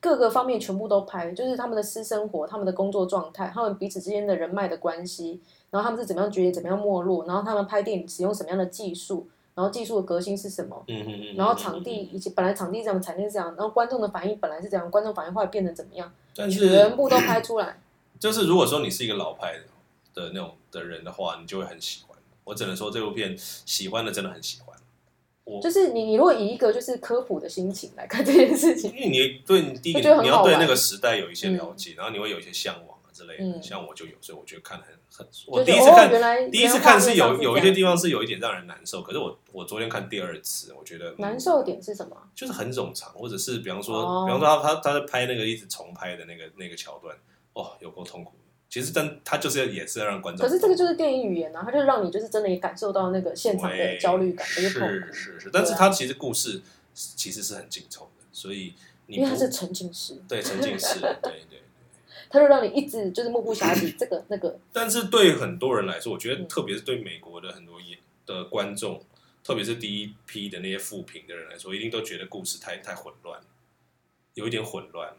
各个方面全部都拍，就是他们的私生活、他们的工作状态、他们彼此之间的人脉的关系，然后他们是怎么样决裂、怎么样没落，然后他们拍电影使用什么样的技术，然后技术的革新是什么，嗯嗯嗯。然后场地，以及本来场地这样，场地是这样，然后观众的反应本来是这样，观众反应后来变成怎么样，但是全部都拍出来。就是如果说你是一个老派的的那种的人的话，你就会很喜欢。我只能说这部片喜欢的真的很喜欢。我就是你你如果以一个就是科普的心情来看这件事情，因为你对你第一我觉得个很你要好对玩那个时代有一些了解，然后你会有一些向往啊之类的。嗯像我就有，所以我觉得看得很很。我就是第一次哦，看，原来第一次原来画看面是上有是有这一些样地方是有一点让人难受，可是我我昨天看第二次，我觉得嗯难受的点是什么？就是很冗长，或者是比方说，哦比方说他他他在拍那个一直重拍的那个那个桥段，哦，有够痛苦的。其实但他就是要也是要让观众，可是这个就是电影语言啊，它就让你就是真的也感受到那个现场的对焦虑感，跟是痛苦，是是，但是对啊他其实故事其实是很紧凑的，所以你因为它不是沉浸式，对沉浸式，对对对。它就让你一直就是目不暇接这个那个，但是对很多人来说，我觉得嗯特别是对美国的很多演的观众，特别是第一批的那些复评的人来说，一定都觉得故事太太混乱了，有一点混乱了。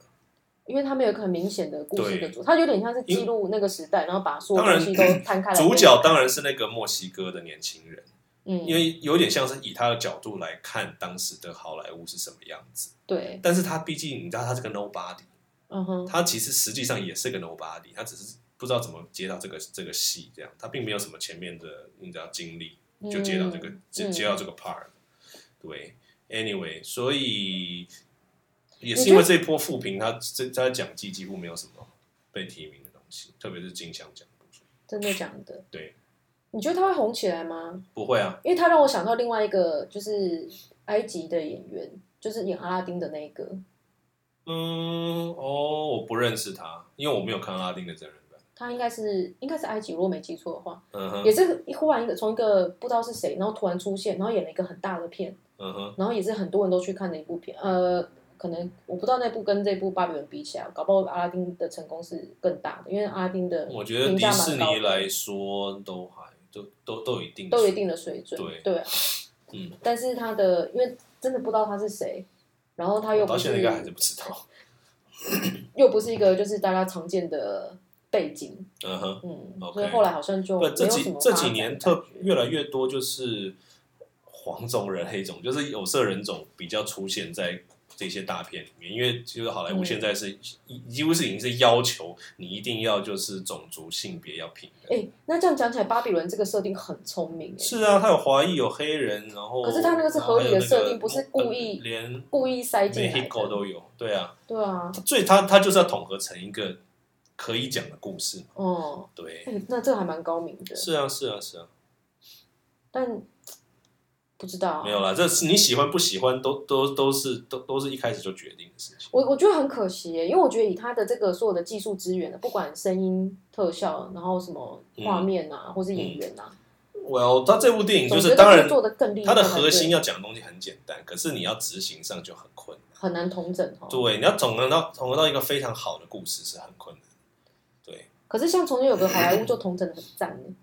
因为他们有一个很明显的故事的对主，它有点像是记录那个时代，然后把所有当然东西都摊开来。主角当然是那个墨西哥的年轻人，嗯因，为有点像是以他的角度来看当时的好莱坞是什么样子。对，但是他毕竟你知道他是个 nobody，嗯哼，他其实实际上也是个 nobody，他只是不知道怎么接到这个这个戏，这样他并没有什么前面的你知道经历，就接到这个、嗯接嗯接到这个 part。对，anyway，所以也你是觉因得为这一波复评，他这他讲季几乎没有什么被提名的东西，特别是金像奖。真的讲的。对，你觉得他会红起来吗？不会啊，因为他让我想到另外一个，就是埃及的演员，就是演阿拉丁的那一个，嗯，哦，我不认识他，因为我没有看阿拉丁的真人版。他应该是应该是埃及，如果没记错的话，嗯也哼，是一忽然一个从一个不知道是谁，然后突然出现，然后演了一个很大的片，嗯哼，然后也是很多人都去看的一部片，呃。可能我不知道那部跟这部《巴比伦》比起来，搞不好阿拉丁的成功是更大的，因为阿拉丁的我觉得评迪价士蛮尼高的。来说都还都都都有一定的都有一定的水准，对啊嗯，但是他的因为真的不知道他是谁，然后他又我不哦到现在是应该还是不知道。又不是一个就是大家常见的背景，嗯哼，嗯 OK 所以后来好像就没不，有这什几么这发几展年感特觉嗯越来越多，就是黄种人、黑种，就是有色人种比较出现在这些大片里面。因为其实好莱坞嗯现在是、一几乎是已经是要求你一定要就是种族性别要平等。哎、那这样讲起来，巴比伦这个设定很聪明、哎，是啊，他有华裔，有黑人，然后可是他那个是然后合理的还有那个设定不是故意呃连故意塞进来 Mexico 的，都有，对啊，对啊，所以他他就是要统合成一个可以讲的故事嘛，哦、对，哎，那这个还蛮高明的，是啊，是啊，是啊。但不知道啊没有啦，这是你喜欢不喜欢都都都是都都是一开始就决定的事情。我我觉得很可惜耶，因为我觉得以他的这个所有的技术资源，不管声音、特效，然后什么嗯画面啊，或是演员啊， Well，他这部电嗯影就总是觉当得然做的更厉害，它的核心对要讲的东西很简单，可是你要执行上就很困难。很难同整哦。对，你要统合到统合到一个非常好的故事是很困难。对，可是像从前有个好莱坞就同整的很赞耶，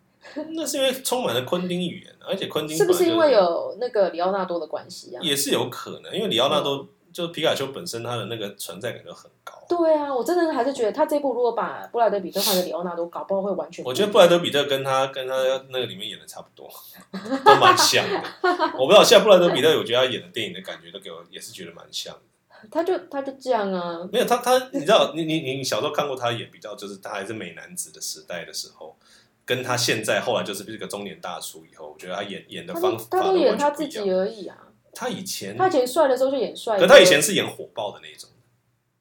那是因为充满了昆汀语言，啊而且昆汀是不是本来因就为有那个里奥纳多的关系啊？也是有可能，因为里奥纳嗯多就皮卡丘本身他的那个存在感就很高。对啊，我真的还是觉得他这部如果把布莱德比特换成里奥纳多，搞不好会完全不我一样。觉得布莱德比特跟他跟他那个里面演的差不多，都蛮像的。我不知道现在布莱德比特，我觉得他演的电影的感觉都给我也是觉得蛮像的。他就他就这样啊，没有他他，你知道你你你你小时候看过他演比较，就是他还是美男子的时代的时候，跟他现在后来就是这个中年大叔以后，我觉得他演演的他方都法他都完演全他不自一己样。而已啊。他以前，他以前帅的时候就演帅嗯可哥，他以前是演火爆的那种，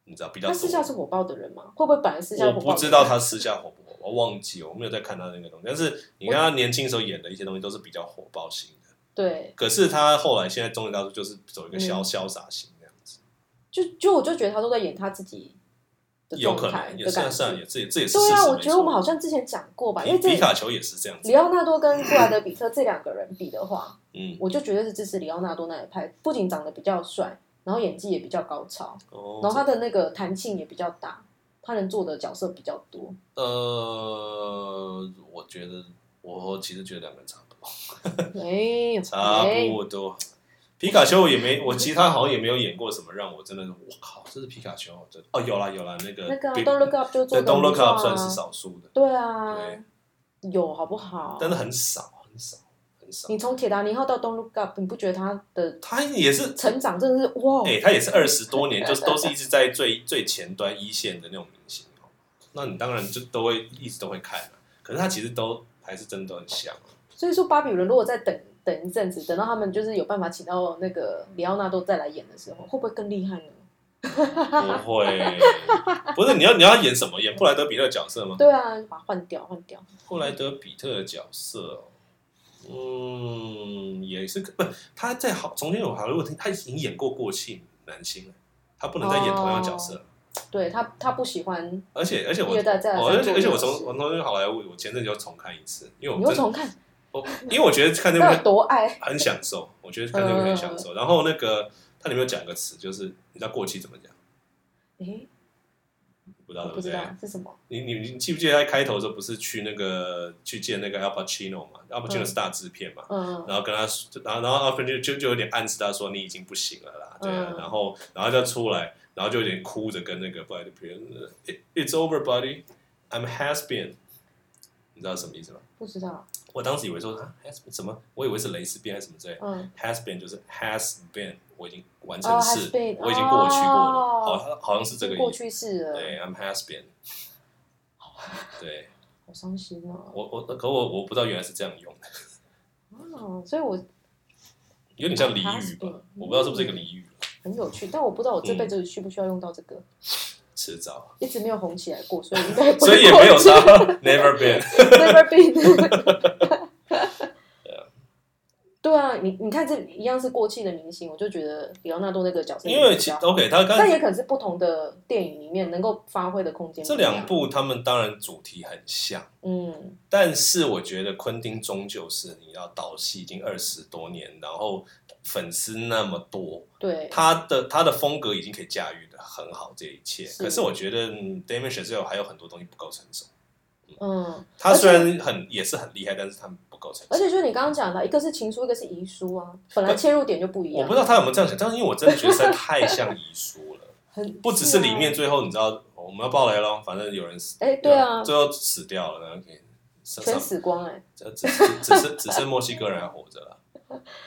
你知道比较他私下多。是火爆的人吗？会不会本来私下我火爆？不知道他私下火不火爆，我忘记我没有在看他那个东西。但是你看他年轻时候演的一些东西都是比较火爆型的。对，可是他后来现在中年大叔就是走一个潇嗯潇洒型这样子，就就我就觉得他都在演他自己的有状可态能也的是啊感是觉啊，。也这也这也是对事啊，实我没觉得我们错好像之前讲过吧，皮因为这皮卡丘也是这样子里，奥纳多跟布莱德比特这两个人比的话，嗯，我就绝对是支持里奥纳多那一派，不仅长得比较帅，然后演技也比较高超，然后哦，他的那个弹性也比较大，他能做的角色比较 多。呃，我觉得我其实觉得两个人差不 多，哎呦，差哎，不多。皮卡丘我也没，我其他好像也没有演过什么让我真的，我靠，这是皮卡丘，这哦有啦有啦，那个那个啊 Big- Don't Look Up 就做对的 Don't 不 Look 错 Up 算是啊，少数的，对啊对，有好不好？但是很少很少很少你。从铁达尼号到 Don't Look Up，你不觉得他的他也是成长真的是哇？哎、他也是二十多年，就是都是一直在最最前端一线的那种明星哦。那你当然就都会一直都会看啊。可是他其实都还是真的都很像啊。所以说，巴比伦如果再等等一阵子，等到他们就是有办法请到那个里奥纳多再来演的时候，会不会更厉害呢？啊不会，不是你要你要演什么？演布莱德比特的角色吗？对啊，把它换掉，换掉。布莱德比特的角色哦、嗯，也是可不他在好从前有好莱坞，他已经演过过气男星了，他不能再演同样的角哦色了。对他，他不喜欢，你而且而且我，第二代再来哦、再而且做而且我一次从我从好莱坞，我前阵子就重看一次，因为我又真的重 看，我因为我觉得看这部他有片多爱？很享受，我觉得看这部片很享嗯受。然后那个它里面有讲一个词，就是你知道过期怎么讲？诶，不知道我对不知呃对道？是什么？你你你记不记得他开头的时候不是去那个去见那个 Al Pacino 嘛？Al Pacino 嗯是大制片嘛？嗯，然后跟他说，然后然后 Al Pacino 就就有点暗示他说你已经不行了啦，对啊。嗯然后然后就出来，然后就有点哭着跟那个 Brad Pitt，"It- 呃 It's over, buddy, I'm has been。你知道什么意思吗？不知道。我当时以为说啊，has been 什么？我以为是蕾丝边还是什么之类的。嗯， has been 就是 has been，我已经完哦成式， ，has been，我已经过去过了，哦好像好像是这个过意思。去式了，对，I'm has been。对好伤心哦。我我可我我不知道原来是这样用的，哦，所以我有点像俚哦 has 语 been 吧，我不知道是不是一个俚语，很有趣，但我不知道我这辈嗯子需不需要用到这个，迟早，一直没有红 起来过，所以应该不会 所以也没有嗯过 去 差，never been。 ，never been。啊对啊，你你看这一样是过气的明星，我就觉得里奥纳多那个角色也因为比其较好， OK，他刚但也可能是不同的电影里面能够发挥的空间不这一样。两部他们当然主题很像。嗯，但是我觉得昆汀终究是你要导戏已经二十多年，然后粉丝那么多，对，他的他的风格已经可以驾驭的很好这一切。是可是我觉得、嗯、Damon c h a z e l 还有很多东西不够成熟。嗯，他虽然很也是很厉害，但是他们不够成而熟。且就是你刚刚讲的，一个是情书，一个是遗书啊，本来切入点就不一样。我不知道他有没有这样想，但是因为我真的觉得实在太像遗书了，很不只是里面，最后你知道哦我们要爆雷了，反正有人死，哎、对啊，最后死掉了，然后给身全上死光哎、只只只剩 只剩墨西哥人还活着了，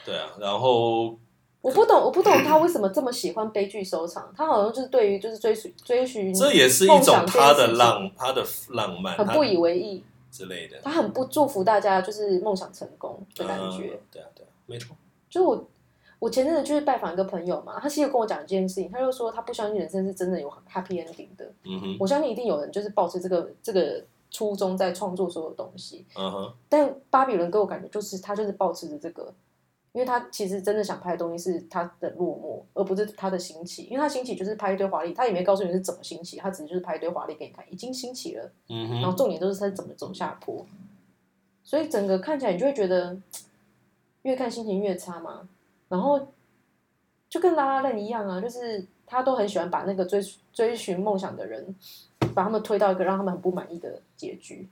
对啊，然后我不懂，我不懂他为什么这么喜欢悲剧收场，他好像就是对于就是追寻追寻这也是一种他的浪，他的浪漫，很他不以为意，之类的他很不祝福大家就是梦想成功的感觉。嗯对啊，对啊，没错，就我我前阵子就是拜访一个朋友嘛，他其实跟我讲一件事情，他就说他不相信人生是真的有 happy ending 的，嗯哼，我相信一定有人就是抱着这个这个初衷在创作所有东西，嗯哼，但巴比伦给我感觉就是他就是保持着这个，因为他其实真的想拍的东西是他的落寞，而不是他的兴起。因为他兴起就是拍一堆华丽，他也没告诉你是怎么兴起，他只是就是拍一堆华丽给你看，已经兴起了。嗯然后哼，重点就是他是怎么走下坡，所以整个看起来你就会觉得越看心情越差嘛。然后就跟拉拉链一样啊，就是他都很喜欢把那个追追寻梦想的人，把他们推到一个让他们很不满意的结局。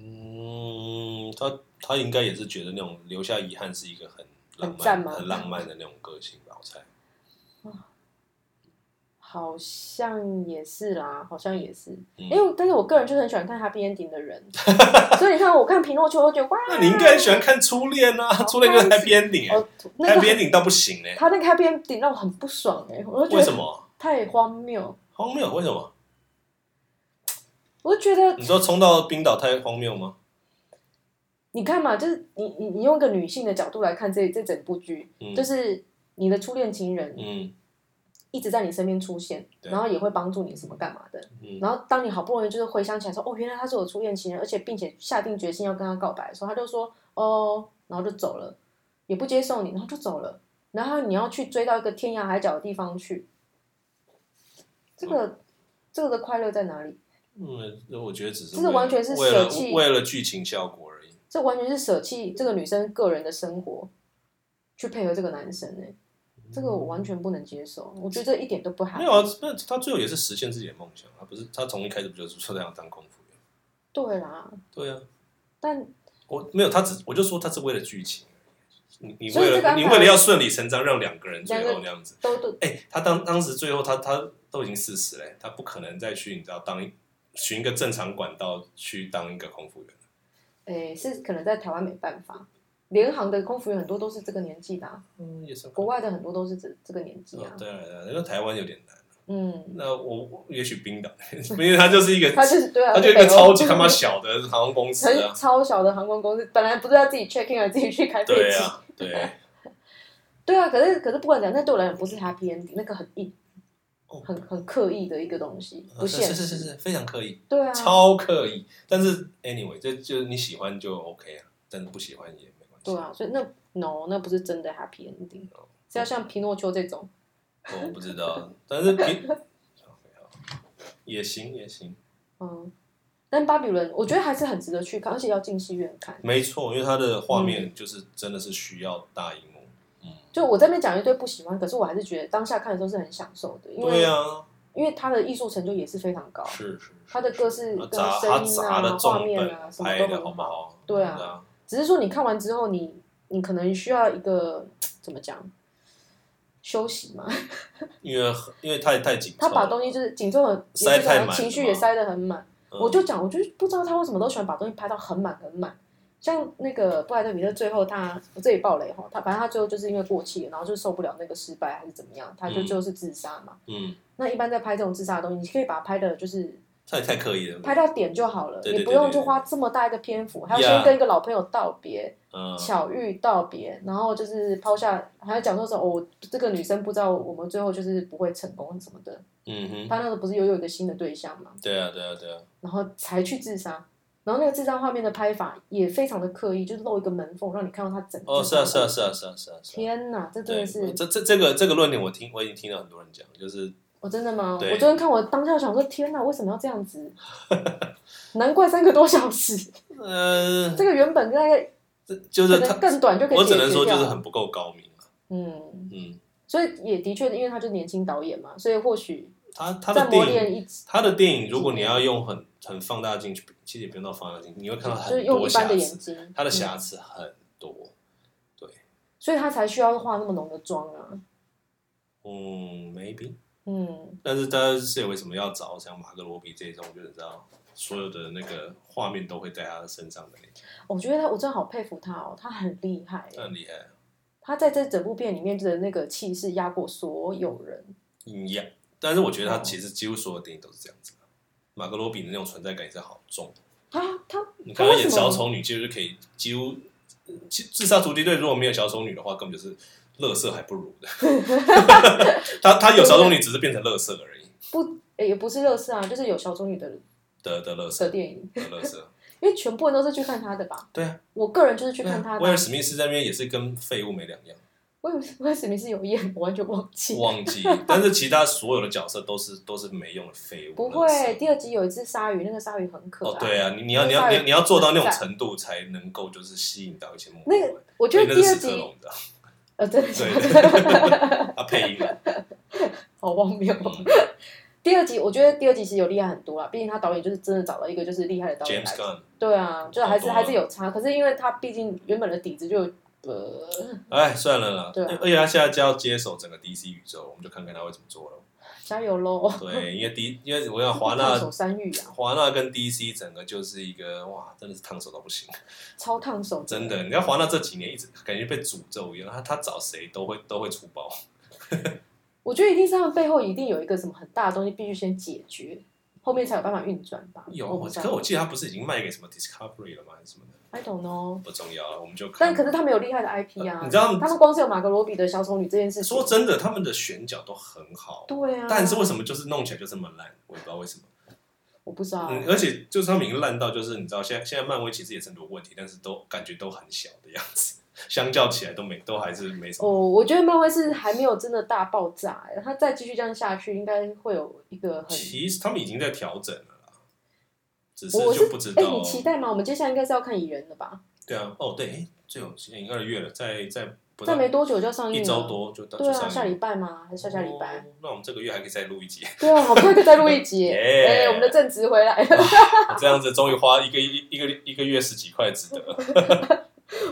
嗯，他他应该也是觉得那种留下遗憾是一个很浪很赞漫、吗很浪漫的那种个性吧，我猜。好像也是啦，好像也是，嗯因为但是我个人就是很喜欢看 happy ending 的 人，所以你看我看评论区，我就觉得哇，那你应该很喜欢看初恋啊，初恋就是 happy ending，欸哦，那 happy 个 ending 到不行呢，他那个 happy ending 让我很不爽哎、我就为觉什得么？太荒谬，荒谬？为什么？我就觉得你说冲到冰岛太荒谬吗？你看嘛，就是你你你用一个女性的角度来看这这整部剧，嗯就是你的初恋情人嗯一直在你身边出现，对然后也会帮助你什么干嘛的，嗯然后当你好不容易就是回想起来说，哦，原来他是我初恋情人，而且并且下定决心要跟他告白的时候，他就说哦，然后就走了，也不接受你，然后就走了。然后你要去追到一个天涯海角的地方去，这个、这个的快乐在哪里？嗯，我觉得只这是是为了完全是为了舍弃为了剧情效果而已。这完全是舍弃这个女生个人的生活，去配合这个男生呢、这个我完全不能接受，我觉得这一点都不好没。有啊，那他最后也是实现自己的梦想啊，不是他从一开始不就是说他要当空服员？对啦，对啊，但我没有，他只我就说他是为了剧情而已，你你所以这为个了安排你为了要顺理成章让两个人最两后个那样子，都都哎、他当当时最后他他都已经四十嘞，他不可能再去你知道当一寻一个正常管道去当一个空服员，诶、是可能在台湾没办法，联航的空服员很多都是这个年纪的、啊，嗯，也是国外的很多都是这这个年纪哦啊。对啊，对啊因为台湾有点难。嗯，那我我也许冰岛， 因为他就是一个他就是对啊，他就一个北欧超级他妈小的航空公司很啊，超小的航空公司，本来不是要自己 check in，而自己去开飞对机。啊，对，对啊，可是可是不管怎样，那对我来讲不是 happy ending，那个很硬哦，很很刻意的一个东西，不是现是是是实。是非常刻意，对啊，超刻意。但是 anyway，这就是你喜欢就 OK 啊，但是不喜欢也没关系。对啊，所以那 no，那不是真的 happy ending，是要哦像皮诺丘这种。我不知道，但是平也行也行，嗯，但巴比伦我觉得还是很值得去看，而且要进戏院看。没错，因为它的画面就是真的是需要大荧幕。就我这边讲一堆不喜欢，可是我还是觉得当下看的时候是很享受的，因为对啊，因为他的艺术成就也是非常高，是是。是他的歌是他跟砸他声音砸的啊、画重面本啊什么拍都的好很不好。好？对啊只是说你看完之后你，你可能需要一个怎么讲休息嘛？ 因为因为太太紧他凑把了，东西就是紧凑很，啊塞也是太讲满情绪了也嘛塞得很满。嗯我就讲，我就是不知道他为什么都喜欢把东西拍到很满很满。像那个布莱德比特最后他，我这里爆雷哈，他反正他最后就是因为过气了，然后就受不了那个失败还是怎么样，他就嗯最后是自杀嘛。嗯，那一般在拍这种自杀的东西，你可以把它拍的就是太太刻意了。拍到点就好了，嗯对对你不对用对就对花这么大一个篇幅，还要 Yeah 先跟一个老朋友道别，嗯，巧遇道别，然后就是抛下，还要讲说什么哦，这个女生不知道我们最后就是不会成功什么的。嗯哼，她那时候不是又有一个新的对象嘛，对啊，对啊，对啊，然后才去自杀，然后那个智障画面的拍法也非常的刻意，就是露一个门缝，让你看到他整个。哦，是啊，是啊，。是啊，是啊，是啊，是啊。天哪，这真对，的是这这这个这个论点，我听我已经听到很多人讲，就是我真的吗？对我昨天看我当下想说，天哪，为什么要这样 子？难怪三个多小时，呃，这个原本大概这就可是能他，更短就可以我解决掉。只能说就是很不够高明啊。嗯，嗯，所以也的确，因为他就是年轻导演嘛，所以或许他他再的磨电影，练一，就他的电影，如果你要用很很放大镜去，其实也不用到放大镜，你会看到是很用多一般瑕的眼疵，睛，他的嗯瑕疵很多。所以他才需要化那么浓的妆啊。嗯，maybe。嗯，但是他是为什么要找像马格罗比这种，就是知道所有的那个画面都会在他身上的那种，我觉得他，我真的好佩服他哦，他很厉害。很厉害。啊他在这整部片里面的那个气势压过所有人。一样，但是我觉得他其实几乎所有电影都是这样子的。马格罗比的那种存在感也是好重。他他你看他为演什么小丑女，其实可以几乎，其自杀突击队如果没有小丑女的话，根本就是乐色还不如的。他他有小丑女，只是变成乐色而已不诶也不是乐视啊，就是有小丑女的的的乐色的电影，的乐色。因为全部人都是去看他的吧。对啊，我个人就是去看他的威尔啊。史密斯在那边也是跟废物没两样。我以为威尔史密斯有演，我完全忘记。忘记，但是其他所有的角色都是都是没用的废物。不垃圾会，第二集有一只鲨鱼，那个鲨鱼很可爱。哦，对，啊，你你要你要你要你要做到那种程度，才能够就是吸引到一些目那标个。我觉得对第二哎那是史克集龙，你知 道吗呃，对不起，对，他配音的， 好荒谬。哦嗯第二集，我觉得第二集其实有厉害很多啊，毕竟他导演就是真的找到一个就是厉害的导演，James 来 Gunn，对啊，就还是好多啊还是有差，可是因为他毕竟原本的底子就有呃，哎，算了啦，对啊而且他现在就要接手整个 DC 宇宙，我们就看看他会怎么做了。加油喽！对，因为 D，因为我想华嗯 烫纳手。山芋啊，华纳跟 DC 整个就是一个哇，真的是烫手到不行，超烫手，真的。你看华纳这几年一直感觉被诅咒一样，他他找谁都会都会出包。我觉得一定是他们背后一定有一个什么很大的东西必须先解决，后面才有办法运转吧。有，我不我知可我道记得他不是已经卖给什么 Discovery 了吗？还是什么的？ ，I don't know。不重要了，我们就但看。可是他们有厉害的 IP 啊，呃你知道他们他们光是有马格罗比的小丑女这件事情，说真的，他们的选角都很好，对啊，但是为什么就是弄起来就这么烂？我也不知道为什么。我不知道，嗯，而且就是他们已经烂到，就是你知道，现在现在漫威其实也是很多问题，但是都感觉都很小的样子，相较起来都没都还是没什么。哦，我觉得漫威是还没有真的大爆炸、欸，它再继续这样下去，应该会有一个很。其实他们已经在调整了啦，只是我我就不知哎、道。你期待吗？我们接下来应该是要看蚁人的吧？对啊，哦对，哎，这有已经二月了，在在不再到没多久就要上映一了，周多就到对就啊，下上映礼了。拜吗？还是下下礼拜？哦那我们这个月还可以再录一集。 对啊，好不容易再录一集，哎、耶我们的正职回来了，我这样子终于花一个一一个一个月十几块，值得。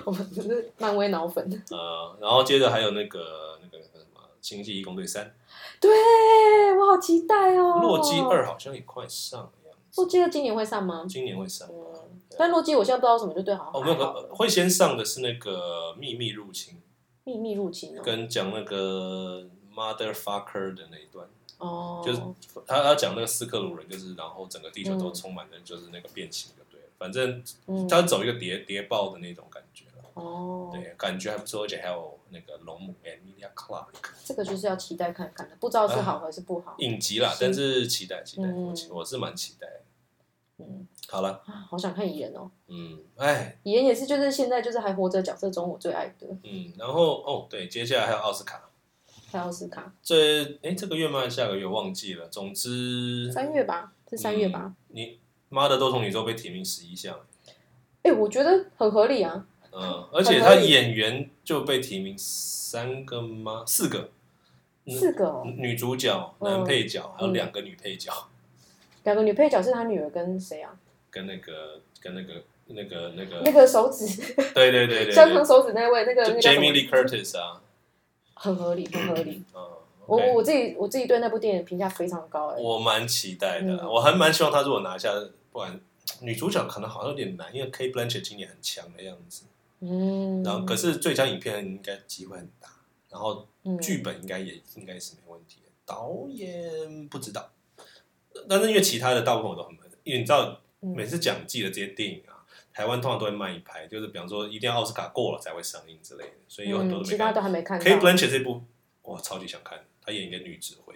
我们只是漫威脑粉。呃，然后接着还有那个那个那个什么《星际异攻队三对，我好期待》，哦。 《洛基，二》好像也快上了样子，洛基二今年会上吗？今年会上吧。嗯，对但洛基我现在不知道为什么，就对好哦，像没有还好呃会先上的是那个《秘密入侵秘密入侵》，哦，跟讲那个 motherfucker 的那一段，哦，就是他他讲那个斯克鲁人，就是然后整个地球都充满了就是那个变形的，对，反正嗯，他走一个谍谍报的那种感觉了，哦，对，感觉还不错，而且还有那个龙母 Emilia Clarke。这个就是要期待看看的，不知道是好还是不好。影集啦，是但是期待期待，嗯我期我是蛮期待的。嗯，好了，啊，好想看蚁人哦，嗯，哎，蚁人也是，就是现在就是还活着的角色中我最爱的，嗯，然后哦，对，接下来还有奥斯卡，还有奥斯卡，这哎这个月吗？还是下个月忘记了。总之，三月吧，是三月吧？你妈的多重宇宙被提名十一项，哎、我觉得很合理啊， 嗯，而且他演员就被提名三个吗？四个，嗯四个哦，女主角、嗯男配角，还有两个女配角，两个女配角是他女儿跟谁啊？跟那个跟那个那个那那个，个手指对对呃对对香肠对手指那位，那个那就个叫什么，Jamie Lee Curtis 啊，很合理，很合理。嗯我 OK。我我自己我自己对那部电影评价非常高哎、我蛮期待的啦，嗯我还蛮希望他如果拿下，不然女主角可能好像有点难，因为 K Blanchett 今年很强的样子，嗯，然后可是最佳影片应该机会很大，然后嗯剧本应该也应该是没问题的，导演不知道，但是因为其他的大部分我都很，因为你知道嗯每次讲季的这些电影啊，台湾通常都会慢一拍，就是比方说一定要奥斯卡过了才会上映之类的，所以有很嗯多都没其看他。都还没看到 K Blanchett 这部我超级想看，她演一个女指挥，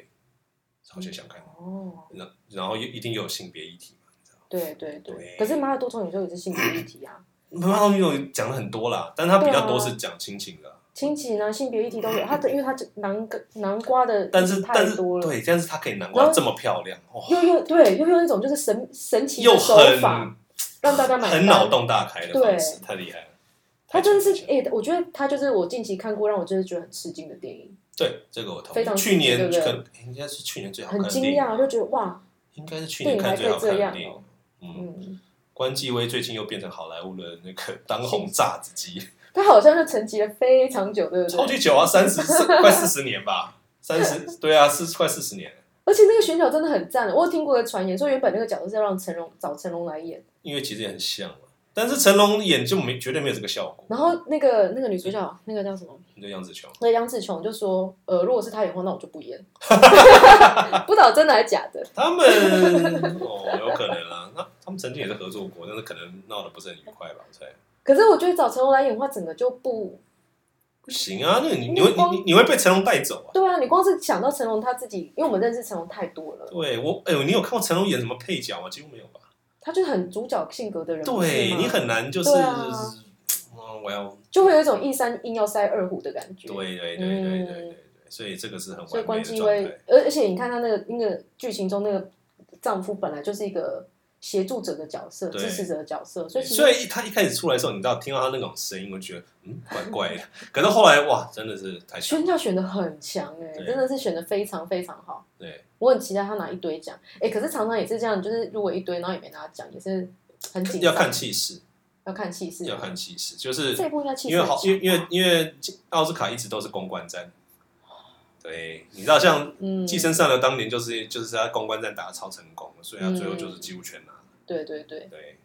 超级想看。哦，然然后又一定有性别议题嘛，你知道吗？对对对。对可是马尔多重宇宙也是性别议题啊，妈妈有讲了很多啦，但他比较多对啊是讲亲情的啊，亲情啊、性别议题都有。它的因为它这南瓜南瓜的但是但啊太是多了，对，但是他可以南然瓜后这么漂亮，哇，又用对又用一种就是神神奇又的手很法让大家买单很脑洞大开的方对式，太厉害了。他真的是哎太强了诶、我觉得他就是我近期看过让我真的觉得很吃惊的电影，对这个我同非常意。去年刺激对不对可应该是去年最好看很的惊电影讶，就觉得哇，应该是去电年影看还最可以好这看的样电影哦。。嗯，嗯，关继威最近又变成好莱坞的 那个当红炸子鸡，他好像就沉寂了非常久， 对不超对？级久啊，三十 快四十年吧，三十对啊，四快四十年，而且那个选角真的很赞，我有听过一个传言说原本那个角色是要让成龙找成龙来演，因为其实也很像嘛。但是成龙演就没绝对没有这个效果。然后那个那个女主角那个叫什么？那杨紫琼，那个杨紫琼就说，呃，如果是她演的话，那我就不演。 不知道真的还是假的，他们 哦有可能啦，那他们曾经也是合作过，但是可能闹得不是很愉快吧，我猜。可是我觉得找成龙来演的话，整个就不不行啊，那个你你会你你你会被成龙带走啊。对啊！你光是想到成龙他自己，因为我们认识成龙太多了，对我，哎呦，你有看过成龙演什么配角吗？几乎没有吧。他就是很主角性格的人，不对是吗你很难就是，对啊嗯，我要就会有一种一山硬要塞二虎的感觉。对，对对对对对对嗯，所以这个是很所以完关美的机状威态。，而而且你看他那个那个剧情中那个丈夫本来就是一个协助者的角色，对支持者的角色，所对以其所实以他一开始出来的时候，你知道听到他那种声音，我就觉得嗯 怪怪的。可是后来哇，真的是太强宣了。教选的很强哎、对真的是选的非常非常好。对，我很期待他拿一堆奖哎、可是常常也是这样，就是入围一堆，然后也没拿奖，也是很紧要张。看气势，要看气势，要看气势，就是这一部应该气势因为好，因为因很为强吧因为奥斯卡一直都是公关战。对，你知道像嗯，寄生上流当年就是就是他公关战打的超成功的，所以他最后就是几乎全拿。对对对，对，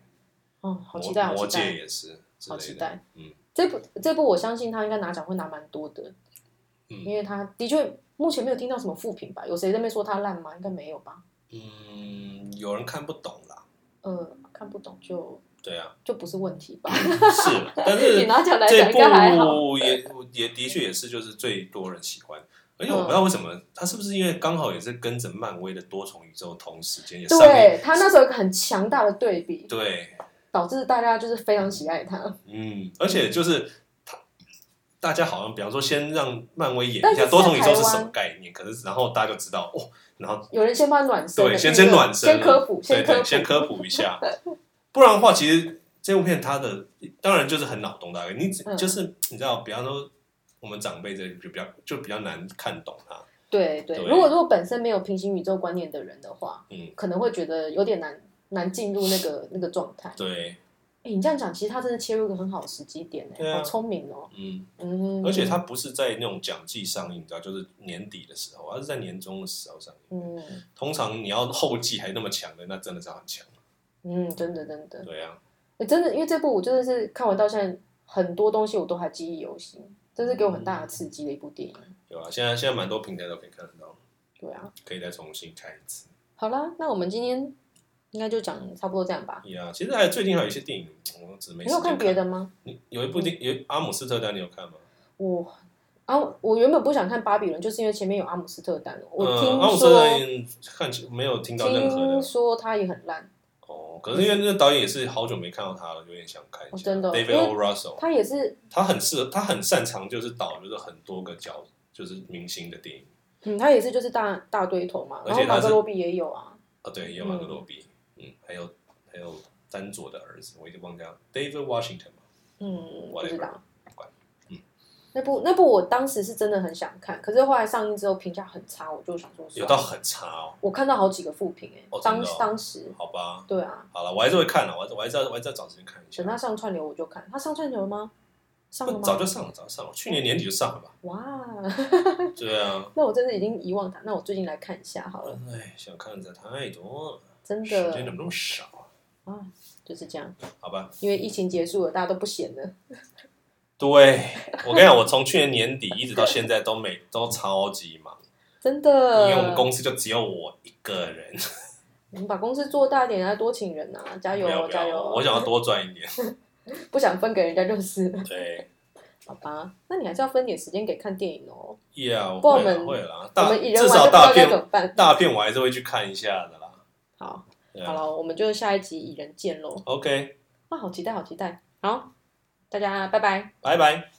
哦，嗯好魔期待，好魔期界待，也是，之好类期的待。嗯，这部这部我相信他应该拿奖会拿蛮多的，嗯因为他的确目前没有听到什么负评吧？有谁在那边说他烂吗？应该没有吧？嗯，有人看不懂啦，呃，看不懂就对啊，就不是问题吧？ 是，但你是拿 奖来这讲应该还好，部也也的确也是就是最多人喜欢，而且嗯我不知道为什么，他是不是因为刚好也是跟着漫威的多重宇宙同时间也上映，对他那时候有个很强大的对比，对，导致大家就是非常喜爱他。嗯，而且就是他大家好像比方说先让漫威演但一是下在多重宇宙台是湾什么概念，可是然后大家就知道哦，然后有人先帮他暖身了，对，先那个先暖身了，先科普，对先科对，普，先科普 一下，不然的话，其实这部片它的当然就是很脑洞大开，你只嗯就是你知道，比方说我们长辈这里就比较就比较难看懂它，对对，对如果如果本身没有平行宇宙观念的人的话，嗯，可能会觉得有点难难进入那个那个状态。对，哎、你这样讲，其实他真的切入一个很好的时机点哎、对啊好聪明哦、嗯，嗯，而且它不是在那种奖季上映，你知道，就是年底的时候，而是在年终的时候上映。嗯通常你要后季还那么强的，那真的是很强，嗯，真的真的，对啊，诶真的，因为这部我真的是看完到现在，很多东西我都还记忆犹新，真是给我很嗯大的刺激的一部电影。有啊，现在现在蛮多平台都可以看得到，对啊，可以再重新看一次。好啦，那我们今天应该就讲差不多这样吧。呀、其实还有最近还有一些电影，我只没你有时间看别的吗？你有嗯一部电有阿姆斯特丹，你有看吗？我啊，我原本不想看《巴比伦》，就是因为前面有阿姆斯特丹，我嗯听阿姆斯说、特丹看起没有听到任何听的说他也很烂，哦，可是因为那个导演也是好久没看到他了，有点想看一哦下。真的哦 David 因为 O. Russell，他也是，他很适合，他很擅长就是导就是很多个角，就是明星的电影嗯，他也是就是大大堆头嘛，而然且后他马是格罗比也有啊，啊，对，也有马格罗比，嗯，还有还有丹佐的儿子，我已经忘记了 David Washington 嘛，嗯，不 Whatever，知道不管。嗯那部那部我当时是真的很想看，可是后来上映之后评价很差，我就想说有算到了。很差哦，我看到好几个负评哎，哦真当的哦当时好吧，对啊，好了，我还是会看了，我还是我还是要我还是要找时间看一下等，他上串流我就看，他上串流了吗？上了不早吗？就上了，早就上了，去年年底就上了吧？哇， 对啊，那我真的已经遗忘他，那我最近来看一下好了，哎，想看的太多了。真时间怎的么那么少啊？啊，就是这样，好吧，因为疫情结束了，大家都不闲了，对我跟你讲，我从去年年底一直到现在都每 都超级忙，真因的。为我们公司就只有我一个人，我们把公司做大一点啊，多请人啊，加没油有哦没加油有，哦！我想要多赚 一点。不想分给人家就是了，对，好吧？那你还是要分点时间给看电影哦。呀，不然会我啦们会啦，我大们一人至晚就少不知道大该怎么片办。大片我还是会去看一下的啦。好，对啊好了，我们就下一集蚁人见喽！ OK，啊，好期待，好期待！好，大家拜拜。拜拜。